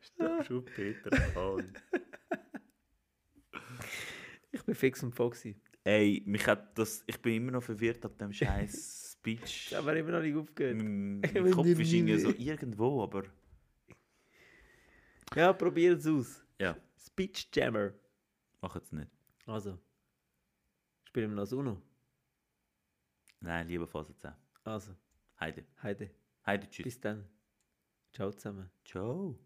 S2: Stehst auf Peter Pan.
S1: Ich bin fix und foxy.
S2: Ey, mich hat das... Ich bin immer noch verwirrt an dem scheiß
S1: [laughs]
S2: Speech.
S1: Ich habe immer noch nicht aufgehört.
S2: mein
S1: Ich
S2: mein
S1: will
S2: Kopf
S1: nicht
S2: ist irgendwie
S1: mehr.
S2: so irgendwo, aber...
S1: Ja, probier es aus.
S2: Ja,
S1: Speech Jammer.
S2: mach jetzt nicht.
S1: Also, spielen wir noch das Uno.
S2: Nein, lieber Phase 10.
S1: Also,
S2: Heide.
S1: Heide,
S2: Heide, tschüss.
S1: bis dann. Ciao zusammen.
S2: Ciao.